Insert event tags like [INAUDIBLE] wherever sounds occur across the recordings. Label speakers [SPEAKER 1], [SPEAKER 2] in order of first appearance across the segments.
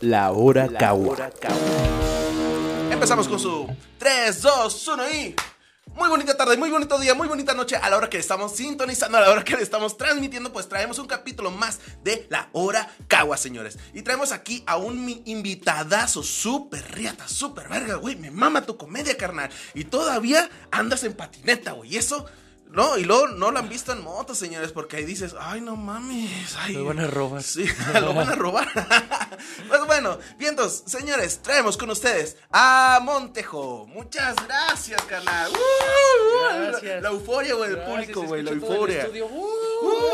[SPEAKER 1] La Hora Kawa.
[SPEAKER 2] Empezamos con su 3, 2, 1 y. Muy bonita tarde, muy bonito día, muy bonita noche a la hora que le estamos sintonizando, a la hora que le estamos transmitiendo, pues traemos un capítulo más de La Hora Cagua, señores. Y traemos aquí a un mi- invitadazo, súper riata, súper verga, güey. Me mama tu comedia, carnal. Y todavía andas en patineta, güey. Y eso, no, y luego no lo han visto en moto, señores, porque ahí dices, ay, no mames. Ay,
[SPEAKER 3] Lo van a robar.
[SPEAKER 2] Sí, [LAUGHS] lo van a robar. [LAUGHS] pues bueno, vientos, señores, traemos con ustedes a Montejo. Muchas gracias, carnal. ¡Uh!
[SPEAKER 3] Gracias.
[SPEAKER 2] La euforia, güey, del
[SPEAKER 3] Gracias,
[SPEAKER 2] público, güey, la
[SPEAKER 3] escucho todo el
[SPEAKER 2] euforia.
[SPEAKER 3] estudio. Uh,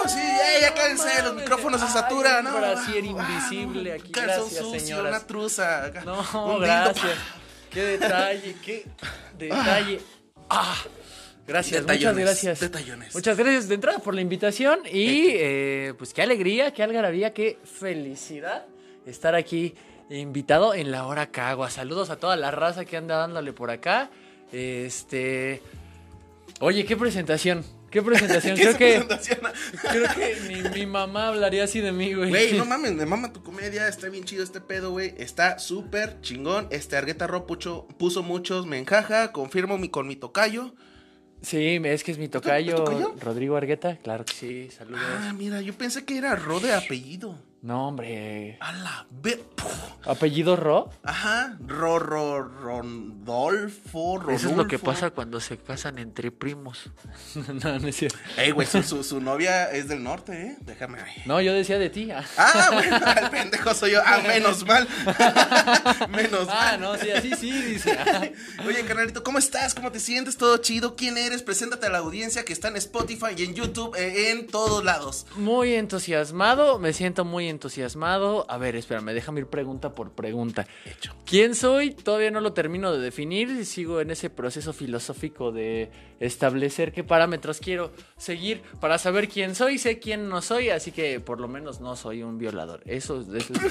[SPEAKER 2] Uh, sí, ya, ya cállense,
[SPEAKER 3] mames.
[SPEAKER 2] los micrófonos se
[SPEAKER 3] Ay,
[SPEAKER 2] saturan,
[SPEAKER 3] un
[SPEAKER 2] ¿no?
[SPEAKER 3] brasier
[SPEAKER 2] Ah,
[SPEAKER 3] invisible aquí,
[SPEAKER 2] Calzón
[SPEAKER 3] gracias,
[SPEAKER 2] sucio,
[SPEAKER 3] señoras.
[SPEAKER 2] una truza. acá,
[SPEAKER 3] No,
[SPEAKER 2] un dildo,
[SPEAKER 3] gracias. Qué detalle, qué detalle. Ah, gracias, muchas
[SPEAKER 2] Detallones,
[SPEAKER 3] gracias.
[SPEAKER 2] detallones.
[SPEAKER 3] Muchas gracias de entrada por la invitación y eh, pues qué alegría, qué algarabía, qué felicidad estar aquí invitado en la hora cagua. Saludos a toda la raza que anda dándole por acá. Este, oye, qué presentación,
[SPEAKER 2] [LAUGHS]
[SPEAKER 3] qué presentación.
[SPEAKER 2] ¿Qué
[SPEAKER 3] creo
[SPEAKER 2] se
[SPEAKER 3] que
[SPEAKER 2] presentaciona?
[SPEAKER 3] creo que mi, mi mamá hablaría así de mí, güey.
[SPEAKER 2] Güey,
[SPEAKER 3] [LAUGHS]
[SPEAKER 2] no mames, me mama tu comedia, está bien chido este pedo, güey. Está súper chingón. Este Argueta Ro pucho- puso muchos, me enjaja, confirmo mi, con mi tocayo.
[SPEAKER 3] Sí, es que es mi
[SPEAKER 2] tu- es tu
[SPEAKER 3] tocayo,
[SPEAKER 2] tocayo?
[SPEAKER 3] Rodrigo Argueta, claro que sí, saludos.
[SPEAKER 2] Ah, mira, yo pensé que era Ro de apellido.
[SPEAKER 3] No, hombre.
[SPEAKER 2] A la ve. Puf.
[SPEAKER 3] ¿Apellido Ro?
[SPEAKER 2] Ajá, Ro, Ro, Rondolfo, Rodolfo.
[SPEAKER 3] Eso es lo que pasa cuando se casan entre primos. [LAUGHS] no, no es cierto.
[SPEAKER 2] Ey, güey, su, su- su novia es del norte, ¿eh? Déjame ahí.
[SPEAKER 3] No, yo decía de ti. Ah,
[SPEAKER 2] Ah, [LAUGHS] bueno, el pendejo soy yo. Ah, menos mal. [LAUGHS] menos
[SPEAKER 3] Ah,
[SPEAKER 2] mal.
[SPEAKER 3] no, sí, así sí, dice. Ah.
[SPEAKER 2] Oye, carnalito, ¿cómo estás? ¿Cómo te sientes? ¿Todo chido? ¿Quién eres? Preséntate a la audiencia que está en Spotify y en YouTube, eh, en todos lados.
[SPEAKER 3] Muy entusiasmado, me siento muy entusiasmado. A ver, espérame, déjame ir pregunta por pregunta.
[SPEAKER 2] Hecho.
[SPEAKER 3] ¿Quién soy? Todavía no lo termino de definir. Sigo en ese proceso filosófico de establecer qué parámetros quiero seguir para saber quién soy, sé quién no soy, así que por lo menos no soy un violador. Eso, de eso, de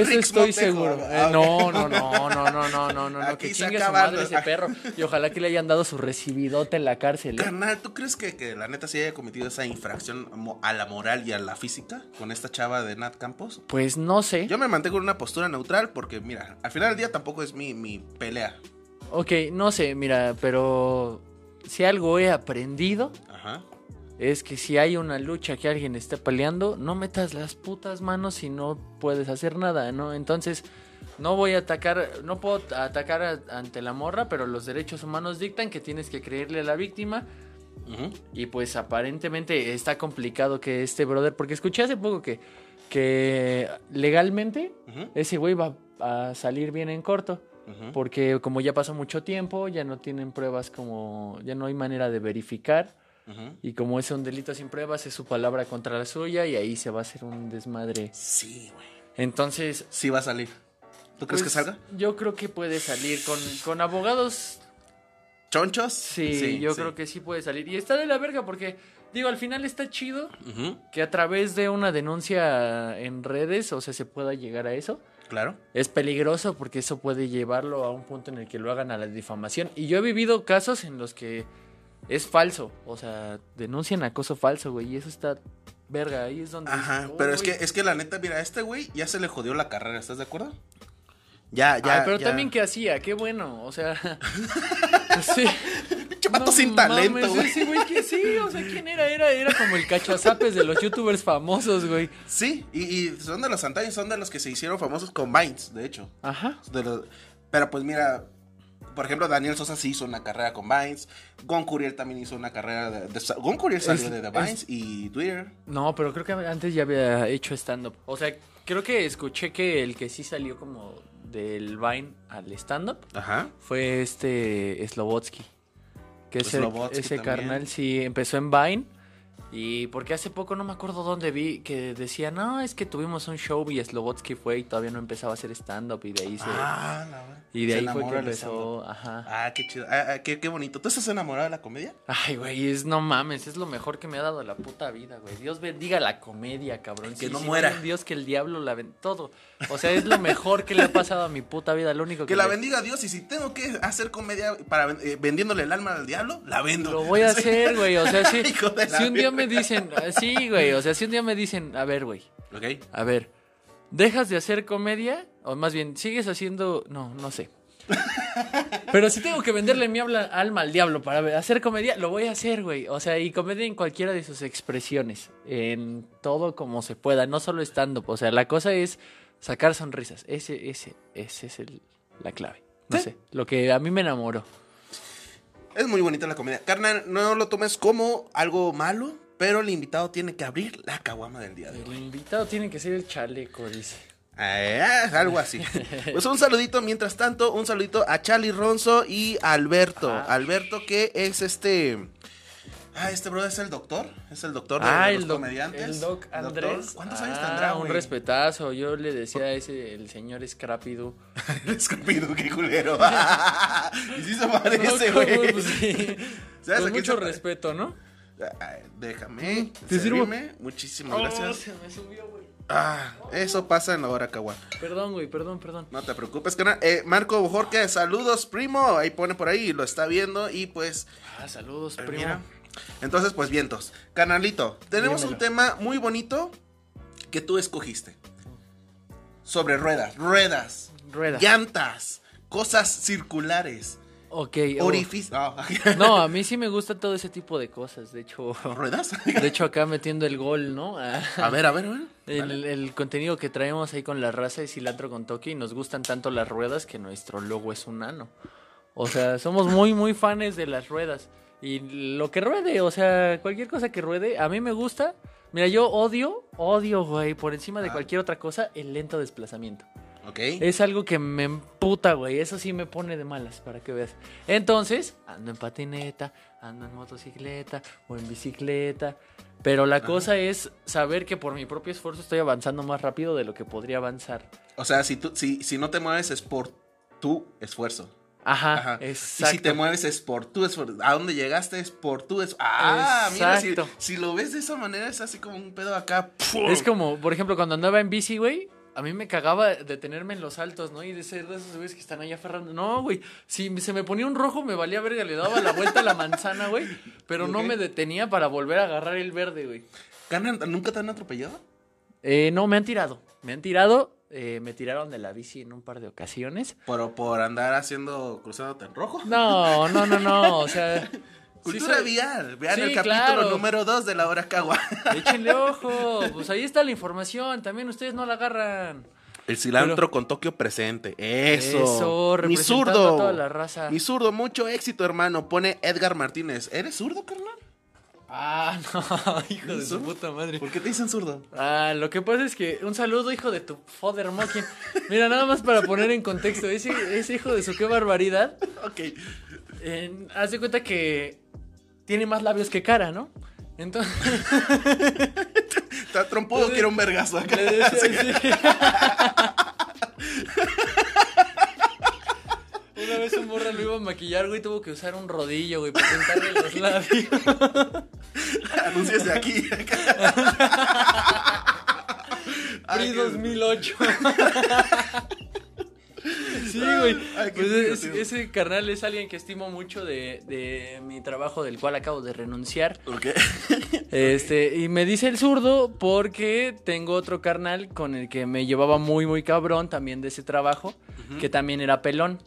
[SPEAKER 3] eso
[SPEAKER 2] Rix
[SPEAKER 3] estoy
[SPEAKER 2] Montejo.
[SPEAKER 3] seguro. Eh,
[SPEAKER 2] Ah,
[SPEAKER 3] no,
[SPEAKER 2] ok.
[SPEAKER 3] no, no, no, no, no, no, no, no,
[SPEAKER 2] Aquí
[SPEAKER 3] que
[SPEAKER 2] se
[SPEAKER 3] chingue su
[SPEAKER 2] acaban
[SPEAKER 3] madre
[SPEAKER 2] los- ah.
[SPEAKER 3] ese perro. Y ojalá que le hayan dado su recibidote en la cárcel. ¿eh?
[SPEAKER 2] Carnal, ¿tú crees que, que la neta sí haya cometido esa infracción mo- a la moral y a la física con esta chava de Nat Campos?
[SPEAKER 3] Pues no sé.
[SPEAKER 2] Yo me mantengo en una postura neutral porque, mira, al final del día tampoco es mi, mi pelea.
[SPEAKER 3] Ok, no sé, mira, pero si algo he aprendido
[SPEAKER 2] Ajá.
[SPEAKER 3] es que si hay una lucha que alguien está peleando, no metas las putas manos si no puedes hacer nada, ¿no? Entonces, no voy a atacar, no puedo atacar a- ante la morra, pero los derechos humanos dictan que tienes que creerle a la víctima.
[SPEAKER 2] Ujú.
[SPEAKER 3] Y pues aparentemente está complicado que este brother, porque escuché hace poco que, que legalmente
[SPEAKER 2] Ujú.
[SPEAKER 3] ese güey va a salir bien en corto.
[SPEAKER 2] Ujú.
[SPEAKER 3] Porque como ya pasó mucho tiempo, ya no tienen pruebas como, ya no hay manera de verificar.
[SPEAKER 2] Ujú.
[SPEAKER 3] Y como es un delito sin pruebas, es su palabra contra la suya y ahí se va a hacer un desmadre.
[SPEAKER 2] Sí, güey.
[SPEAKER 3] Entonces...
[SPEAKER 2] Sí va a salir. ¿Tú crees que
[SPEAKER 3] pues,
[SPEAKER 2] salga?
[SPEAKER 3] Yo creo que puede salir con, con abogados.
[SPEAKER 2] ¿Chonchos?
[SPEAKER 3] Sí, yo creo que sí puede salir. Y está de la verga porque, digo, al final está chido
[SPEAKER 2] Ujú.
[SPEAKER 3] que a través de una denuncia en redes, o sea, se pueda llegar a eso.
[SPEAKER 2] Claro.
[SPEAKER 3] Es peligroso porque eso puede llevarlo a un punto en el que lo hagan a la difamación. Y yo he vivido casos en los que es falso. O sea, denuncian acoso falso, güey. Y eso está verga. Ahí es donde.
[SPEAKER 2] Ajá,
[SPEAKER 3] dices,
[SPEAKER 2] pero es
[SPEAKER 3] "Uy".
[SPEAKER 2] que, es que la neta, mira, a este güey ya se le jodió la carrera, ¿estás de acuerdo? Ya, ya.
[SPEAKER 3] Ay, pero
[SPEAKER 2] ya.
[SPEAKER 3] también que hacía, qué bueno.
[SPEAKER 2] [LAUGHS]
[SPEAKER 3] O sea. sí.
[SPEAKER 2] Pinche vato
[SPEAKER 3] No
[SPEAKER 2] sin talento,
[SPEAKER 3] mames,
[SPEAKER 2] güey.
[SPEAKER 3] ese güey que sí, o sea, ¿quién era? Era, era como el cachazapes de los youtubers famosos, güey.
[SPEAKER 2] Sí, y, y son de los antaños, son de los que se hicieron famosos con Vines, de hecho.
[SPEAKER 3] Ajá.
[SPEAKER 2] de los- pero pues mira, por ejemplo, Daniel Sosa sí hizo una carrera con Vines. Gon Curiel también hizo una carrera de. de- Gon Curiel salió
[SPEAKER 3] Es-
[SPEAKER 2] de The
[SPEAKER 3] es-
[SPEAKER 2] Vines y Twitter.
[SPEAKER 3] No, pero creo que antes ya había hecho stand-up. O sea, creo que escuché que el que sí salió como del Vine al stand-up
[SPEAKER 2] Ajá.
[SPEAKER 3] fue este Slobotsky. Que ese,
[SPEAKER 2] Slobodsky
[SPEAKER 3] ese
[SPEAKER 2] también.
[SPEAKER 3] carnal sí empezó en Vine. Y porque hace poco no me acuerdo dónde vi que decía, no, es que tuvimos un show y Slobotsky fue y todavía no empezaba a hacer stand-up y de ahí se...
[SPEAKER 2] Ah, la verdad.
[SPEAKER 3] y de
[SPEAKER 2] Se
[SPEAKER 3] ahí fue
[SPEAKER 2] enamora
[SPEAKER 3] que
[SPEAKER 2] el stand-up.
[SPEAKER 3] empezó... Ajá.
[SPEAKER 2] Ah, qué chido. Ah, ah, qué, qué bonito. ¿Tú estás enamorado de la comedia?
[SPEAKER 3] Ay, güey, es no mames, es lo mejor que me ha dado la puta vida, güey. Dios bendiga la comedia, cabrón.
[SPEAKER 2] Que
[SPEAKER 3] Sí,
[SPEAKER 2] no
[SPEAKER 3] sí,
[SPEAKER 2] muera.
[SPEAKER 3] bien, Dios que el diablo la ven todo. O sea, es lo mejor que le ha pasado a mi puta vida, lo único que,
[SPEAKER 2] Que la
[SPEAKER 3] le-
[SPEAKER 2] bendiga Dios y si tengo que hacer comedia para ven- eh, vendiéndole el alma al diablo, la vendo.
[SPEAKER 3] Lo voy
[SPEAKER 2] [LAUGHS]
[SPEAKER 3] a
[SPEAKER 2] Sí.
[SPEAKER 3] hacer, güey. O sea, sí,
[SPEAKER 2] [LAUGHS] Hijo de la
[SPEAKER 3] si un día
[SPEAKER 2] mierda.
[SPEAKER 3] me dicen, sí, güey, o sea, si un día me dicen, a ver, güey,
[SPEAKER 2] Ok.
[SPEAKER 3] a ver, dejas de hacer comedia, o más bien, sigues haciendo, no, no sé. Pero si tengo que venderle mi habla- alma al diablo para hacer comedia, lo voy a hacer, güey. O sea, y comedia en cualquiera de sus expresiones, en todo como se pueda, no solo estando. O sea, la cosa es sacar sonrisas. Ese, ese, ese es el- la clave. No
[SPEAKER 2] Sí.
[SPEAKER 3] sé, lo que a mí me enamoró.
[SPEAKER 2] Es muy bonita la comida. Carnal, no lo tomes como algo malo, pero el invitado tiene que abrir la caguama del día de hoy.
[SPEAKER 3] El invitado tiene que ser el chaleco, dice.
[SPEAKER 2] Eh, algo
[SPEAKER 3] [LAUGHS]
[SPEAKER 2] así. Pues un saludito, mientras tanto, un saludito a Charlie Ronzo y a Alberto.
[SPEAKER 3] Ajá.
[SPEAKER 2] Alberto que es este... Ah, este bro es el doctor. Es el doctor de, de los
[SPEAKER 3] doc-
[SPEAKER 2] comediantes.
[SPEAKER 3] Ah, el doc
[SPEAKER 2] Doctor,
[SPEAKER 3] Andrés.
[SPEAKER 2] ¿Cuántos
[SPEAKER 3] Ah,
[SPEAKER 2] años tendrá,
[SPEAKER 3] Un
[SPEAKER 2] güey?
[SPEAKER 3] respetazo. Yo le decía a ese, el señor
[SPEAKER 2] [LAUGHS]
[SPEAKER 3] Scrapido.
[SPEAKER 2] El Scooby-Doo, qué
[SPEAKER 3] [LAUGHS]
[SPEAKER 2] culero. [LAUGHS] y sí se parece,
[SPEAKER 3] No,
[SPEAKER 2] güey.
[SPEAKER 3] ¿cómo?
[SPEAKER 2] [LAUGHS]
[SPEAKER 3] Pues sí.
[SPEAKER 2] ¿Sabes a quién se
[SPEAKER 3] Con mucho
[SPEAKER 2] pare-
[SPEAKER 3] respeto, ¿no?
[SPEAKER 2] Ay, Déjame.
[SPEAKER 3] ¿Te sirvo?
[SPEAKER 2] servirme. Muchísimas
[SPEAKER 3] Oh,
[SPEAKER 2] gracias.
[SPEAKER 3] se me subió, güey.
[SPEAKER 2] Ah, eso pasa en la hora Kawa.
[SPEAKER 3] Perdón, güey, perdón, perdón.
[SPEAKER 2] No te preocupes, carnal. Eh, Marco Bojorque, saludos, primo. Ahí pone por ahí, lo está viendo y pues...
[SPEAKER 3] Ah, saludos,
[SPEAKER 2] Pero
[SPEAKER 3] primo.
[SPEAKER 2] mira. Entonces, pues vientos. Canalito, tenemos
[SPEAKER 3] Dímelo.
[SPEAKER 2] un tema muy bonito que tú escogiste. Sobre ruedas, ruedas,
[SPEAKER 3] Rueda.
[SPEAKER 2] llantas, cosas circulares, Ah.
[SPEAKER 3] Ok. oh.
[SPEAKER 2] orificios. [LAUGHS]
[SPEAKER 3] No, a mí sí me gusta todo ese tipo de cosas. De hecho, [LAUGHS]
[SPEAKER 2] ¿Ruedas?
[SPEAKER 3] de hecho acá metiendo el gol, ¿no? Ah,
[SPEAKER 2] A ver, a ver, a ver.
[SPEAKER 3] El, el contenido que traemos ahí con la raza de cilantro con toque y nos gustan tanto las ruedas que nuestro logo es un ano. O sea, somos muy, muy fans de las ruedas. Y lo que ruede, o sea, cualquier cosa que ruede, a mí me gusta. Mira, yo odio, odio, güey, por encima de
[SPEAKER 2] Ah.
[SPEAKER 3] cualquier otra cosa, el lento desplazamiento.
[SPEAKER 2] Ok.
[SPEAKER 3] Es algo que me emputa, güey. Eso sí me pone de malas, para que veas. Entonces, ando en patineta, ando en motocicleta o en bicicleta. Pero la cosa es saber que por mi propio esfuerzo estoy avanzando más rápido de lo que podría avanzar.
[SPEAKER 2] O sea, si, tú, si, si no te mueves es por tu esfuerzo.
[SPEAKER 3] Ajá,
[SPEAKER 2] Ajá.
[SPEAKER 3] Ah, exacto.
[SPEAKER 2] Y si te mueves es por tu esfuerzo. A dónde llegaste es por tu esfuerzo. Ah, mira,
[SPEAKER 3] Exacto.
[SPEAKER 2] si, si lo ves de esa manera es así como un pedo acá.
[SPEAKER 3] Es como, por ejemplo, cuando andaba en bici, güey, a mí me cagaba detenerme en los altos, ¿no? Y de ser de esos güeyes que están ahí aferrando. No, güey, si se me ponía un rojo me valía verga, le daba la vuelta a la manzana, güey,
[SPEAKER 2] [LAUGHS]
[SPEAKER 3] pero no
[SPEAKER 2] Ok.
[SPEAKER 3] me detenía para volver a agarrar el verde, güey.
[SPEAKER 2] Carnal, ¿nunca te han atropellado?
[SPEAKER 3] Eh, no, me han tirado. Me han tirado. eh, me tiraron de la bici en un par de ocasiones.
[SPEAKER 2] Por, por andar haciendo cruzándote en rojo.
[SPEAKER 3] No, no, no, no. O sea. sí
[SPEAKER 2] [LAUGHS] Cultura
[SPEAKER 3] soy-
[SPEAKER 2] vial. Vean
[SPEAKER 3] Sí,
[SPEAKER 2] el capítulo
[SPEAKER 3] claro.
[SPEAKER 2] número 2 de la hora cagua.
[SPEAKER 3] Échenle ojo. Pues ahí está la información. También ustedes no la agarran.
[SPEAKER 2] El
[SPEAKER 3] cilantro Pero-
[SPEAKER 2] con Tokio presente.
[SPEAKER 3] Eso,
[SPEAKER 2] Mi
[SPEAKER 3] representando
[SPEAKER 2] zurdo.
[SPEAKER 3] a toda la raza.
[SPEAKER 2] Mi zurdo, mucho éxito, hermano. Pone Edgar Martínez. ¿Eres zurdo, carnal?
[SPEAKER 3] Ah, [LAUGHS] no, hijo de su puta madre.
[SPEAKER 2] ¿Por qué te dicen
[SPEAKER 3] [LAUGHS]
[SPEAKER 2] zurdo?
[SPEAKER 3] Ah, lo que pasa es que un saludo, hijo de tu father mocking. Mira, nada más para poner en contexto, ese, ese hijo de su qué barbaridad
[SPEAKER 2] Ok.
[SPEAKER 3] en- haz de cuenta que tiene más labios que cara, ¿no? Entonces,
[SPEAKER 2] Está trompudo, quiero un vergazo acá.
[SPEAKER 3] le decía así. Una vez un morra lo iba a maquillar, güey, tuvo que usar un rodillo, güey, para
[SPEAKER 2] [LAUGHS]
[SPEAKER 3] pintarle los labios.
[SPEAKER 2] Anuncias de
[SPEAKER 3] [LAUGHS]
[SPEAKER 2] aquí. [LAUGHS]
[SPEAKER 3] PRI 2008. Sí, güey.
[SPEAKER 2] Ay, qué
[SPEAKER 3] Pues es-
[SPEAKER 2] divertido.
[SPEAKER 3] ese carnal es alguien que estimo mucho de, de mi trabajo del cual acabo de renunciar.
[SPEAKER 2] Ok.
[SPEAKER 3] Este, y me dice el zurdo porque tengo otro carnal con el que me llevaba muy, muy cabrón también de ese trabajo, que también era pelón.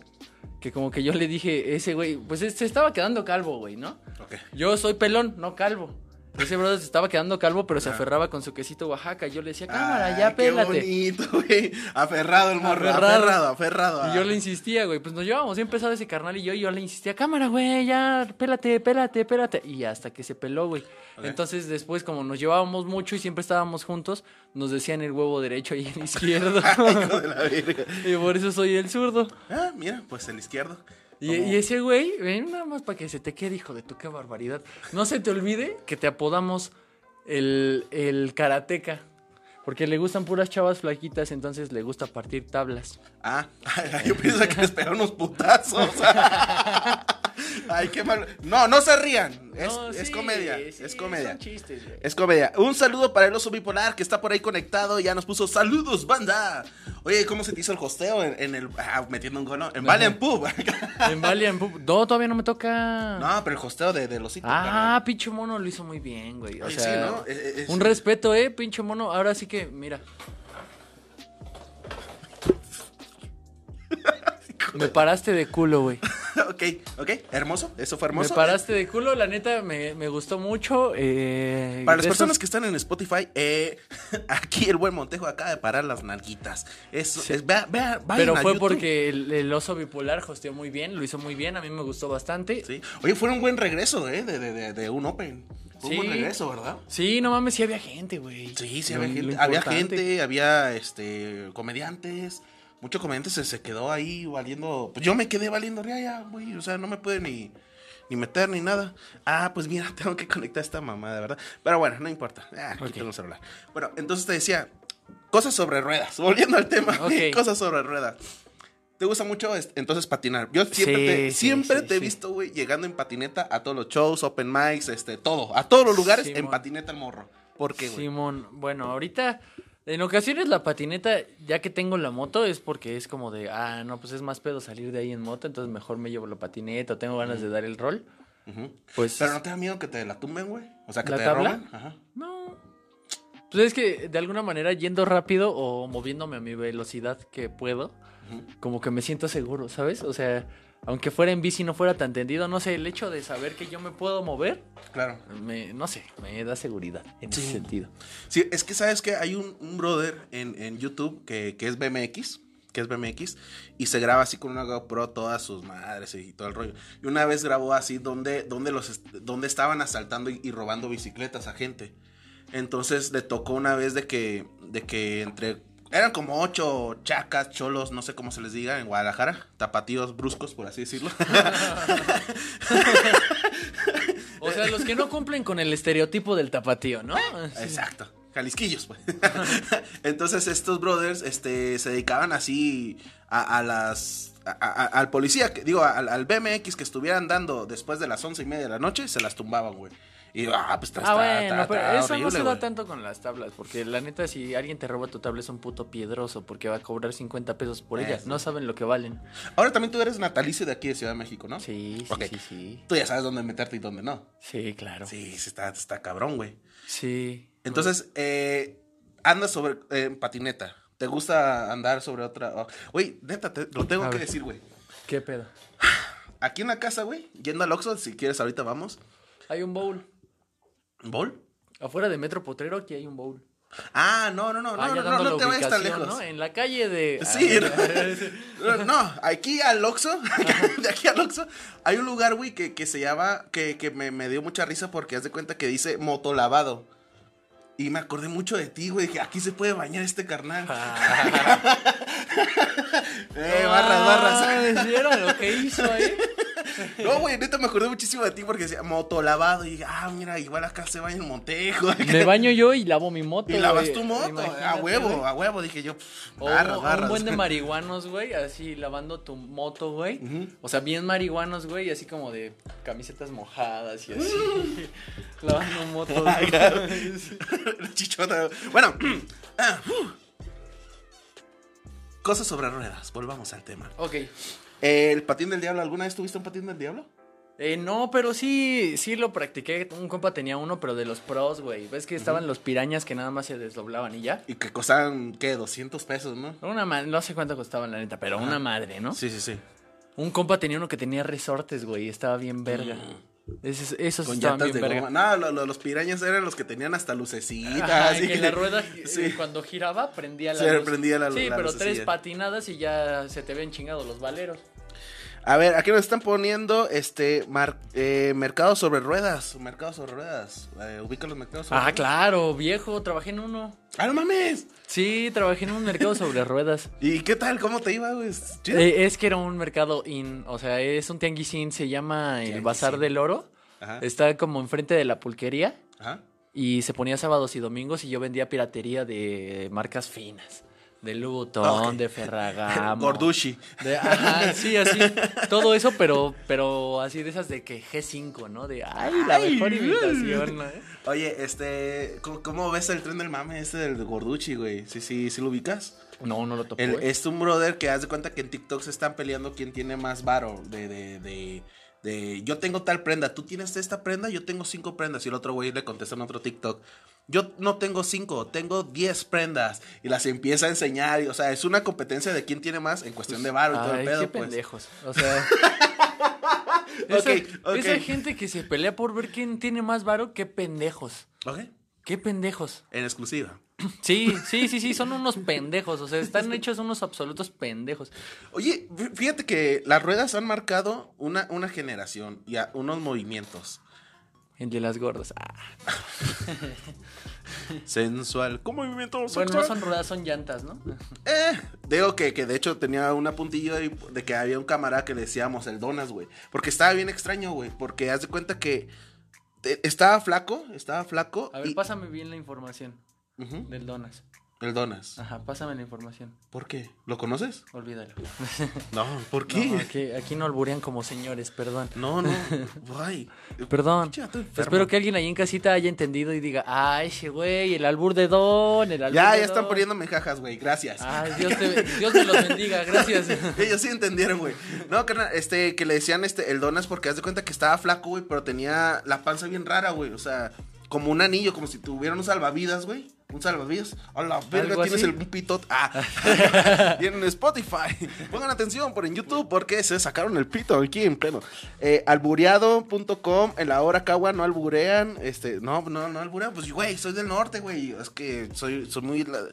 [SPEAKER 3] Que como que yo le dije, ese güey, pues es- se estaba quedando calvo, güey, ¿no?
[SPEAKER 2] Ok.
[SPEAKER 3] Yo soy pelón, no calvo. Ese brother se estaba quedando calvo, pero se aferraba con su quesito Oaxaca. Yo le decía, cámara,
[SPEAKER 2] Ay,
[SPEAKER 3] ya
[SPEAKER 2] Ah, qué
[SPEAKER 3] pélate.
[SPEAKER 2] bonito, güey. Aferrado el morro.
[SPEAKER 3] Aferrado.
[SPEAKER 2] Aferrado, aferrado.
[SPEAKER 3] Y yo le insistía, güey, pues nos llevábamos bien pesado ese carnal y yo, y yo le insistía, cámara, güey, ya, pélate, pélate, pélate. Y hasta que se peló, güey.
[SPEAKER 2] Ok.
[SPEAKER 3] Entonces después, como nos llevábamos mucho y siempre estábamos juntos, nos decían el huevo derecho y el [LAUGHS] izquierdo.
[SPEAKER 2] Hijo de la verga.
[SPEAKER 3] y por eso soy el zurdo.
[SPEAKER 2] Ah, mira, pues el izquierdo.
[SPEAKER 3] Y, y ese güey, ven nada más para que se te quede, hijo de tu qué barbaridad. No se te olvide que te apodamos el, el karateca. Porque le gustan puras chavas flaquitas, entonces le gusta partir tablas.
[SPEAKER 2] Ah, [LAUGHS] yo pienso que les pegó unos putazos. [LAUGHS] Ay, qué malo. No, no se rían. Es,
[SPEAKER 3] No,
[SPEAKER 2] es
[SPEAKER 3] sí,
[SPEAKER 2] comedia.
[SPEAKER 3] sí,
[SPEAKER 2] es comedia.
[SPEAKER 3] son chistes, güey.
[SPEAKER 2] Es comedia. Un saludo para el oso bipolar que está por ahí conectado. Ya nos puso saludos, banda. Oye, ¿cómo se te hizo el hosteo en, en el. Ah, metiendo un gol, ¿no? En Valen Pub. [LAUGHS]
[SPEAKER 3] En Valiant Pub- No, todavía no me toca.
[SPEAKER 2] no, pero el hosteo de, de losito.
[SPEAKER 3] Ah, pinche mono lo hizo muy bien, güey. O
[SPEAKER 2] Oye,
[SPEAKER 3] sea,
[SPEAKER 2] sí, ¿no? Es- es- [LAUGHS]
[SPEAKER 3] un respeto, eh, pinche mono. Ahora sí que, mira. Me paraste de culo, güey.
[SPEAKER 2] [LAUGHS] ok, ok, hermoso, eso fue
[SPEAKER 3] Me
[SPEAKER 2] hermoso.
[SPEAKER 3] paraste de culo, la neta me, me gustó mucho. eh,
[SPEAKER 2] Para las
[SPEAKER 3] de esos-
[SPEAKER 2] personas que están en Spotify, eh, [LAUGHS] aquí el buen Montejo acaba de parar las nalguitas. Eso, es, vea, vea, vayan
[SPEAKER 3] Pero
[SPEAKER 2] a
[SPEAKER 3] fue
[SPEAKER 2] YouTube.
[SPEAKER 3] porque el, el oso bipolar hosteó muy bien, lo hizo muy bien, a mí me gustó bastante.
[SPEAKER 2] Sí. Oye, fue un buen regreso, ¿eh? De, de- de- de un Open. Fue
[SPEAKER 3] Sí.
[SPEAKER 2] un buen regreso, ¿verdad?
[SPEAKER 3] Sí, no mames, sí había gente, güey.
[SPEAKER 2] Sí, sí,
[SPEAKER 3] Lo-
[SPEAKER 2] había
[SPEAKER 3] lo
[SPEAKER 2] gente. Había
[SPEAKER 3] importante.
[SPEAKER 2] gente, había este, comediantes. Muchos comediantes se, se quedó ahí valiendo. Pues yo me quedé valiendo riaya, güey. O sea, no me pude ni, ni meter ni nada. Ah, pues mira, [LAUGHS] tengo que conectar esta mamada, ¿verdad? Pero bueno, no importa. Ah, aquí
[SPEAKER 3] Ok.
[SPEAKER 2] tengo el celular. Bueno, entonces te decía, cosas sobre ruedas. [LAUGHS] Volviendo al tema,
[SPEAKER 3] Ok.
[SPEAKER 2] [LAUGHS] cosas sobre ruedas. ¿Te gusta mucho es- entonces patinar? Yo siempre
[SPEAKER 3] Sí,
[SPEAKER 2] te,
[SPEAKER 3] sí,
[SPEAKER 2] siempre
[SPEAKER 3] sí,
[SPEAKER 2] te he
[SPEAKER 3] sí.
[SPEAKER 2] visto, güey, llegando en patineta a todos los shows, open mics, este, todo. A todos los lugares en
[SPEAKER 3] Simón.
[SPEAKER 2] patineta el morro. ¿Por qué, güey?
[SPEAKER 3] Simón, bueno, ahorita en ocasiones la patineta, ya que tengo la moto, es porque es como de, ah, no, pues es más pedo salir de ahí en moto, entonces mejor me llevo la patineta, o tengo ganas de dar el rol.
[SPEAKER 2] Ujú.
[SPEAKER 3] Pues
[SPEAKER 2] Pero no te da miedo que te la tumben, güey. O sea, que
[SPEAKER 3] ¿La
[SPEAKER 2] te
[SPEAKER 3] tabla?
[SPEAKER 2] roben. Ajá.
[SPEAKER 3] no. Pues es que de alguna manera yendo rápido o moviéndome a mi velocidad que puedo,
[SPEAKER 2] Ujú.
[SPEAKER 3] como que me siento seguro, ¿sabes? O sea, aunque fuera en bici no fuera tan tendido, no sé, el hecho de saber que yo me puedo mover,
[SPEAKER 2] Claro.
[SPEAKER 3] me, no sé, me da seguridad en
[SPEAKER 2] Sí.
[SPEAKER 3] ese sentido.
[SPEAKER 2] Sí, es que sabes que hay un, un brother en, en YouTube que, que es BMX, que es BMX, y se graba así con una GoPro todas sus madres y todo el rollo. Y una vez grabó así donde, donde, los, est- donde estaban asaltando y, y robando bicicletas a gente. Entonces le tocó una vez de que, de que entre... Eran como ocho chacas, cholos, no sé cómo se les diga en Guadalajara. Tapatíos bruscos, por así decirlo. [LAUGHS]
[SPEAKER 3] O sea, los que no cumplen con el estereotipo del tapatío, ¿no?
[SPEAKER 2] Exacto. Jalisquillos, pues. [LAUGHS] Entonces estos brothers este, se dedicaban así a, a las... a- a- al policía, que- digo, al, al BMX que estuvieran dando después de las once y media de la noche, se las tumbaban, güey. Y, ah, pues está,
[SPEAKER 3] Ah,
[SPEAKER 2] está-
[SPEAKER 3] bueno,
[SPEAKER 2] está-
[SPEAKER 3] pero
[SPEAKER 2] está
[SPEAKER 3] eso no
[SPEAKER 2] horrible,
[SPEAKER 3] se da
[SPEAKER 2] güey.
[SPEAKER 3] tanto con las tablas, porque la neta, si alguien te roba tu tabla es un puto piedroso, porque va a cobrar 50 pesos por ella.
[SPEAKER 2] Eso.
[SPEAKER 3] No saben lo que valen.
[SPEAKER 2] Ahora también tú eres natalicio de aquí de Ciudad de México, ¿no?
[SPEAKER 3] Sí, sí,
[SPEAKER 2] Ok.
[SPEAKER 3] sí, sí.
[SPEAKER 2] Tú ya sabes dónde meterte y dónde no.
[SPEAKER 3] Sí, claro. Sí.
[SPEAKER 2] Sí, sí, está, está cabrón, güey.
[SPEAKER 3] Pues
[SPEAKER 2] Entonces, eh, andas sobre eh, en patineta. ¿Te gusta andar sobre otra? oh, Güey, neta, te- lo tengo
[SPEAKER 3] A
[SPEAKER 2] que
[SPEAKER 3] ver.
[SPEAKER 2] decir, güey.
[SPEAKER 3] ¿Qué pedo?
[SPEAKER 2] Aquí en la casa, güey, yendo al Oxxo, si quieres ahorita vamos.
[SPEAKER 3] Hay un bowl.
[SPEAKER 2] ¿Bol?
[SPEAKER 3] Afuera de Metro Potrero aquí hay un bowl.
[SPEAKER 2] Ah, no, no, no, no,
[SPEAKER 3] Ah, ya
[SPEAKER 2] no, no,
[SPEAKER 3] dando
[SPEAKER 2] no
[SPEAKER 3] la
[SPEAKER 2] te vayas tan
[SPEAKER 3] ubicación,
[SPEAKER 2] lejos.
[SPEAKER 3] ¿no? Eh, En la calle de...
[SPEAKER 2] Sí,
[SPEAKER 3] Ah,
[SPEAKER 2] no, no, aquí al
[SPEAKER 3] [LAUGHS]
[SPEAKER 2] Oxxo, [LAUGHS] de aquí al Oxxo, hay un lugar, güey, que, que se llama, que, que me, me dio mucha risa porque haz de cuenta que dice motolavado. Y me acordé mucho de ti, güey, dije, aquí se puede bañar este carnal.
[SPEAKER 3] Ah.
[SPEAKER 2] [LAUGHS] eh, barras, barras.
[SPEAKER 3] Ah, ¿Vieron lo que hizo ahí?
[SPEAKER 2] No, güey, neta me acordé muchísimo de ti porque decía motolavado. Y dije, ah, mira, igual acá se baña el Montejo.
[SPEAKER 3] Me baño yo y lavo mi moto.
[SPEAKER 2] Y lavas
[SPEAKER 3] güey.
[SPEAKER 2] tu moto, a
[SPEAKER 3] Imagínate,
[SPEAKER 2] huevo,
[SPEAKER 3] güey.
[SPEAKER 2] a huevo, dije yo. pff,
[SPEAKER 3] O,
[SPEAKER 2] barras,
[SPEAKER 3] o
[SPEAKER 2] barras.
[SPEAKER 3] un
[SPEAKER 2] [LAUGHS]
[SPEAKER 3] buen de marihuanos, güey, así lavando tu moto, güey. O sea, bien marihuanos, güey, así como de camisetas mojadas y así. [LAUGHS] lavando
[SPEAKER 2] [LAUGHS]
[SPEAKER 3] motos. güey.
[SPEAKER 2] Chichota. Bueno, [CLEARS THROAT] ah, uh. cosas sobre ruedas, volvamos al tema.
[SPEAKER 3] ok.
[SPEAKER 2] ¿El patín del diablo? ¿Alguna vez tuviste un patín del diablo?
[SPEAKER 3] Eh, no, pero sí, sí lo practiqué. Un compa tenía uno, pero de los pros, güey. Ves que estaban los pirañas que nada más se desdoblaban y ya.
[SPEAKER 2] Y que costaban, ¿qué? 200 pesos, ¿no?
[SPEAKER 3] Una madre, no sé cuánto costaban la neta, pero una madre, ¿no?
[SPEAKER 2] Sí, sí, sí.
[SPEAKER 3] Un compa tenía uno que tenía resortes, güey, y estaba bien verga. Esos, esos
[SPEAKER 2] Mm. Con
[SPEAKER 3] estaban
[SPEAKER 2] llantas
[SPEAKER 3] bien
[SPEAKER 2] de
[SPEAKER 3] verga.
[SPEAKER 2] goma. No, lo- lo- los pirañas eran los que tenían hasta lucecitas.
[SPEAKER 3] Ajá,
[SPEAKER 2] así
[SPEAKER 3] que, la rueda eh,
[SPEAKER 2] [LAUGHS]
[SPEAKER 3] gi-
[SPEAKER 2] Sí.
[SPEAKER 3] cuando giraba prendía la
[SPEAKER 2] Se
[SPEAKER 3] luz.
[SPEAKER 2] prendía la-
[SPEAKER 3] Sí,
[SPEAKER 2] la
[SPEAKER 3] pero
[SPEAKER 2] lucecilla.
[SPEAKER 3] tres patinadas y ya se te habían chingado los valeros.
[SPEAKER 2] A ver, aquí nos están poniendo este mar- eh, mercado sobre ruedas. Mercado sobre ruedas. Eh, ubica los mercados sobre
[SPEAKER 3] Ah,
[SPEAKER 2] ruedas.
[SPEAKER 3] claro, viejo, trabajé en uno.
[SPEAKER 2] ¡Ah, no mames!
[SPEAKER 3] Sí, trabajé en un mercado sobre ruedas.
[SPEAKER 2] ¿Y qué tal? ¿Cómo te iba, güey? ¿Chido?
[SPEAKER 3] Eh, es que era un mercado in, o sea, es un tianguisín, se llama el
[SPEAKER 2] Tianguisín.
[SPEAKER 3] Bazar del Oro.
[SPEAKER 2] Ajá.
[SPEAKER 3] Está como enfrente de la pulquería
[SPEAKER 2] Ajá.
[SPEAKER 3] y se ponía sábados y domingos y yo vendía piratería de marcas finas. De Luton,
[SPEAKER 2] Ok.
[SPEAKER 3] de
[SPEAKER 2] [LAUGHS]
[SPEAKER 3] Ferragamo.
[SPEAKER 2] Gordushi.
[SPEAKER 3] De- ajá, sí, así. Todo eso, pero, pero así de esas de que G5, ¿no? De, ay, la
[SPEAKER 2] Ay,
[SPEAKER 3] mejor
[SPEAKER 2] ay.
[SPEAKER 3] imitación. ¿no?
[SPEAKER 2] Oye, este, ¿cómo, cómo ves el tren del mame este del Gorduchi, güey? Sí, sí, sí lo ubicas.
[SPEAKER 3] No, no lo topó.
[SPEAKER 2] El-
[SPEAKER 3] ¿eh?
[SPEAKER 2] es un brother que haz de cuenta que en TikTok se están peleando quién tiene más varo de, de, de, de yo tengo tal prenda, tú tienes esta prenda, yo tengo cinco prendas. Y el otro güey le contesta en otro TikTok, yo no tengo cinco, tengo diez prendas. Y las empieza a enseñar. Y, o sea, es una competencia de quién tiene más en cuestión de varo y todo
[SPEAKER 3] Ay,
[SPEAKER 2] el pedo.
[SPEAKER 3] qué
[SPEAKER 2] pues.
[SPEAKER 3] pendejos. O sea.
[SPEAKER 2] [LAUGHS] Ok,
[SPEAKER 3] esa,
[SPEAKER 2] ok.
[SPEAKER 3] esa gente que se pelea por ver quién tiene más varo, qué pendejos.
[SPEAKER 2] Ok,
[SPEAKER 3] Qué pendejos.
[SPEAKER 2] en exclusiva.
[SPEAKER 3] Sí, sí, sí, sí, son unos pendejos. O
[SPEAKER 2] [LAUGHS]
[SPEAKER 3] sea, están hechos unos absolutos pendejos.
[SPEAKER 2] Oye, fí- fíjate que las ruedas han marcado una, una generación y a- unos movimientos.
[SPEAKER 3] El de las gordas. Ah.
[SPEAKER 2] Sensual. ¿Cómo movimiento
[SPEAKER 3] Bueno, no
[SPEAKER 2] sexual?
[SPEAKER 3] son ruedas, son llantas, ¿no?
[SPEAKER 2] Eh, digo que, que de hecho tenía una puntilla de, de que había un camarada que le decíamos el Donas, güey. Porque estaba bien extraño, güey. Porque haz de cuenta que te- estaba flaco, estaba flaco.
[SPEAKER 3] A ver,
[SPEAKER 2] y-
[SPEAKER 3] pásame bien la información
[SPEAKER 2] Ujú,
[SPEAKER 3] del Donas.
[SPEAKER 2] El Donas.
[SPEAKER 3] Ajá, pásame la información.
[SPEAKER 2] ¿Por qué? ¿Lo
[SPEAKER 3] [LAUGHS]
[SPEAKER 2] conoces?
[SPEAKER 3] Olvídalo.
[SPEAKER 2] No, ¿por [LAUGHS]
[SPEAKER 3] No,
[SPEAKER 2] qué?
[SPEAKER 3] aquí, aquí no alburean como señores, perdón.
[SPEAKER 2] No, no.
[SPEAKER 3] [LAUGHS]
[SPEAKER 2] Ay.
[SPEAKER 3] Perdón.
[SPEAKER 2] Pinche vato enfermo.
[SPEAKER 3] Espero que alguien ahí en casita haya entendido y diga, ay, ese güey, el albur de Don, el albur
[SPEAKER 2] Ya,
[SPEAKER 3] de
[SPEAKER 2] ya están
[SPEAKER 3] Don".
[SPEAKER 2] poniéndome jajas, güey. Gracias.
[SPEAKER 3] Ay, Dios te, Dios te los bendiga, Ah, gracias.
[SPEAKER 2] [LAUGHS] Ellos sí entendieron, güey. No, carnal, este, que le decían este, el donas porque haz de cuenta que estaba flaco, güey, pero tenía la panza bien rara, güey. O sea, como un anillo, como si tuviera un salvavidas, güey. Un salvavidas. A la verga,
[SPEAKER 3] Algo
[SPEAKER 2] tienes
[SPEAKER 3] así.
[SPEAKER 2] el un pitot. Ah.
[SPEAKER 3] [LAUGHS]
[SPEAKER 2] y en Spotify. Pongan atención por en YouTube porque se sacaron el pito aquí en pleno. Eh, albureado.com, en la hora cagua no alburean. Este, no, no, no alburean. Pues, güey, soy del norte, güey. Es que soy, soy muy. la-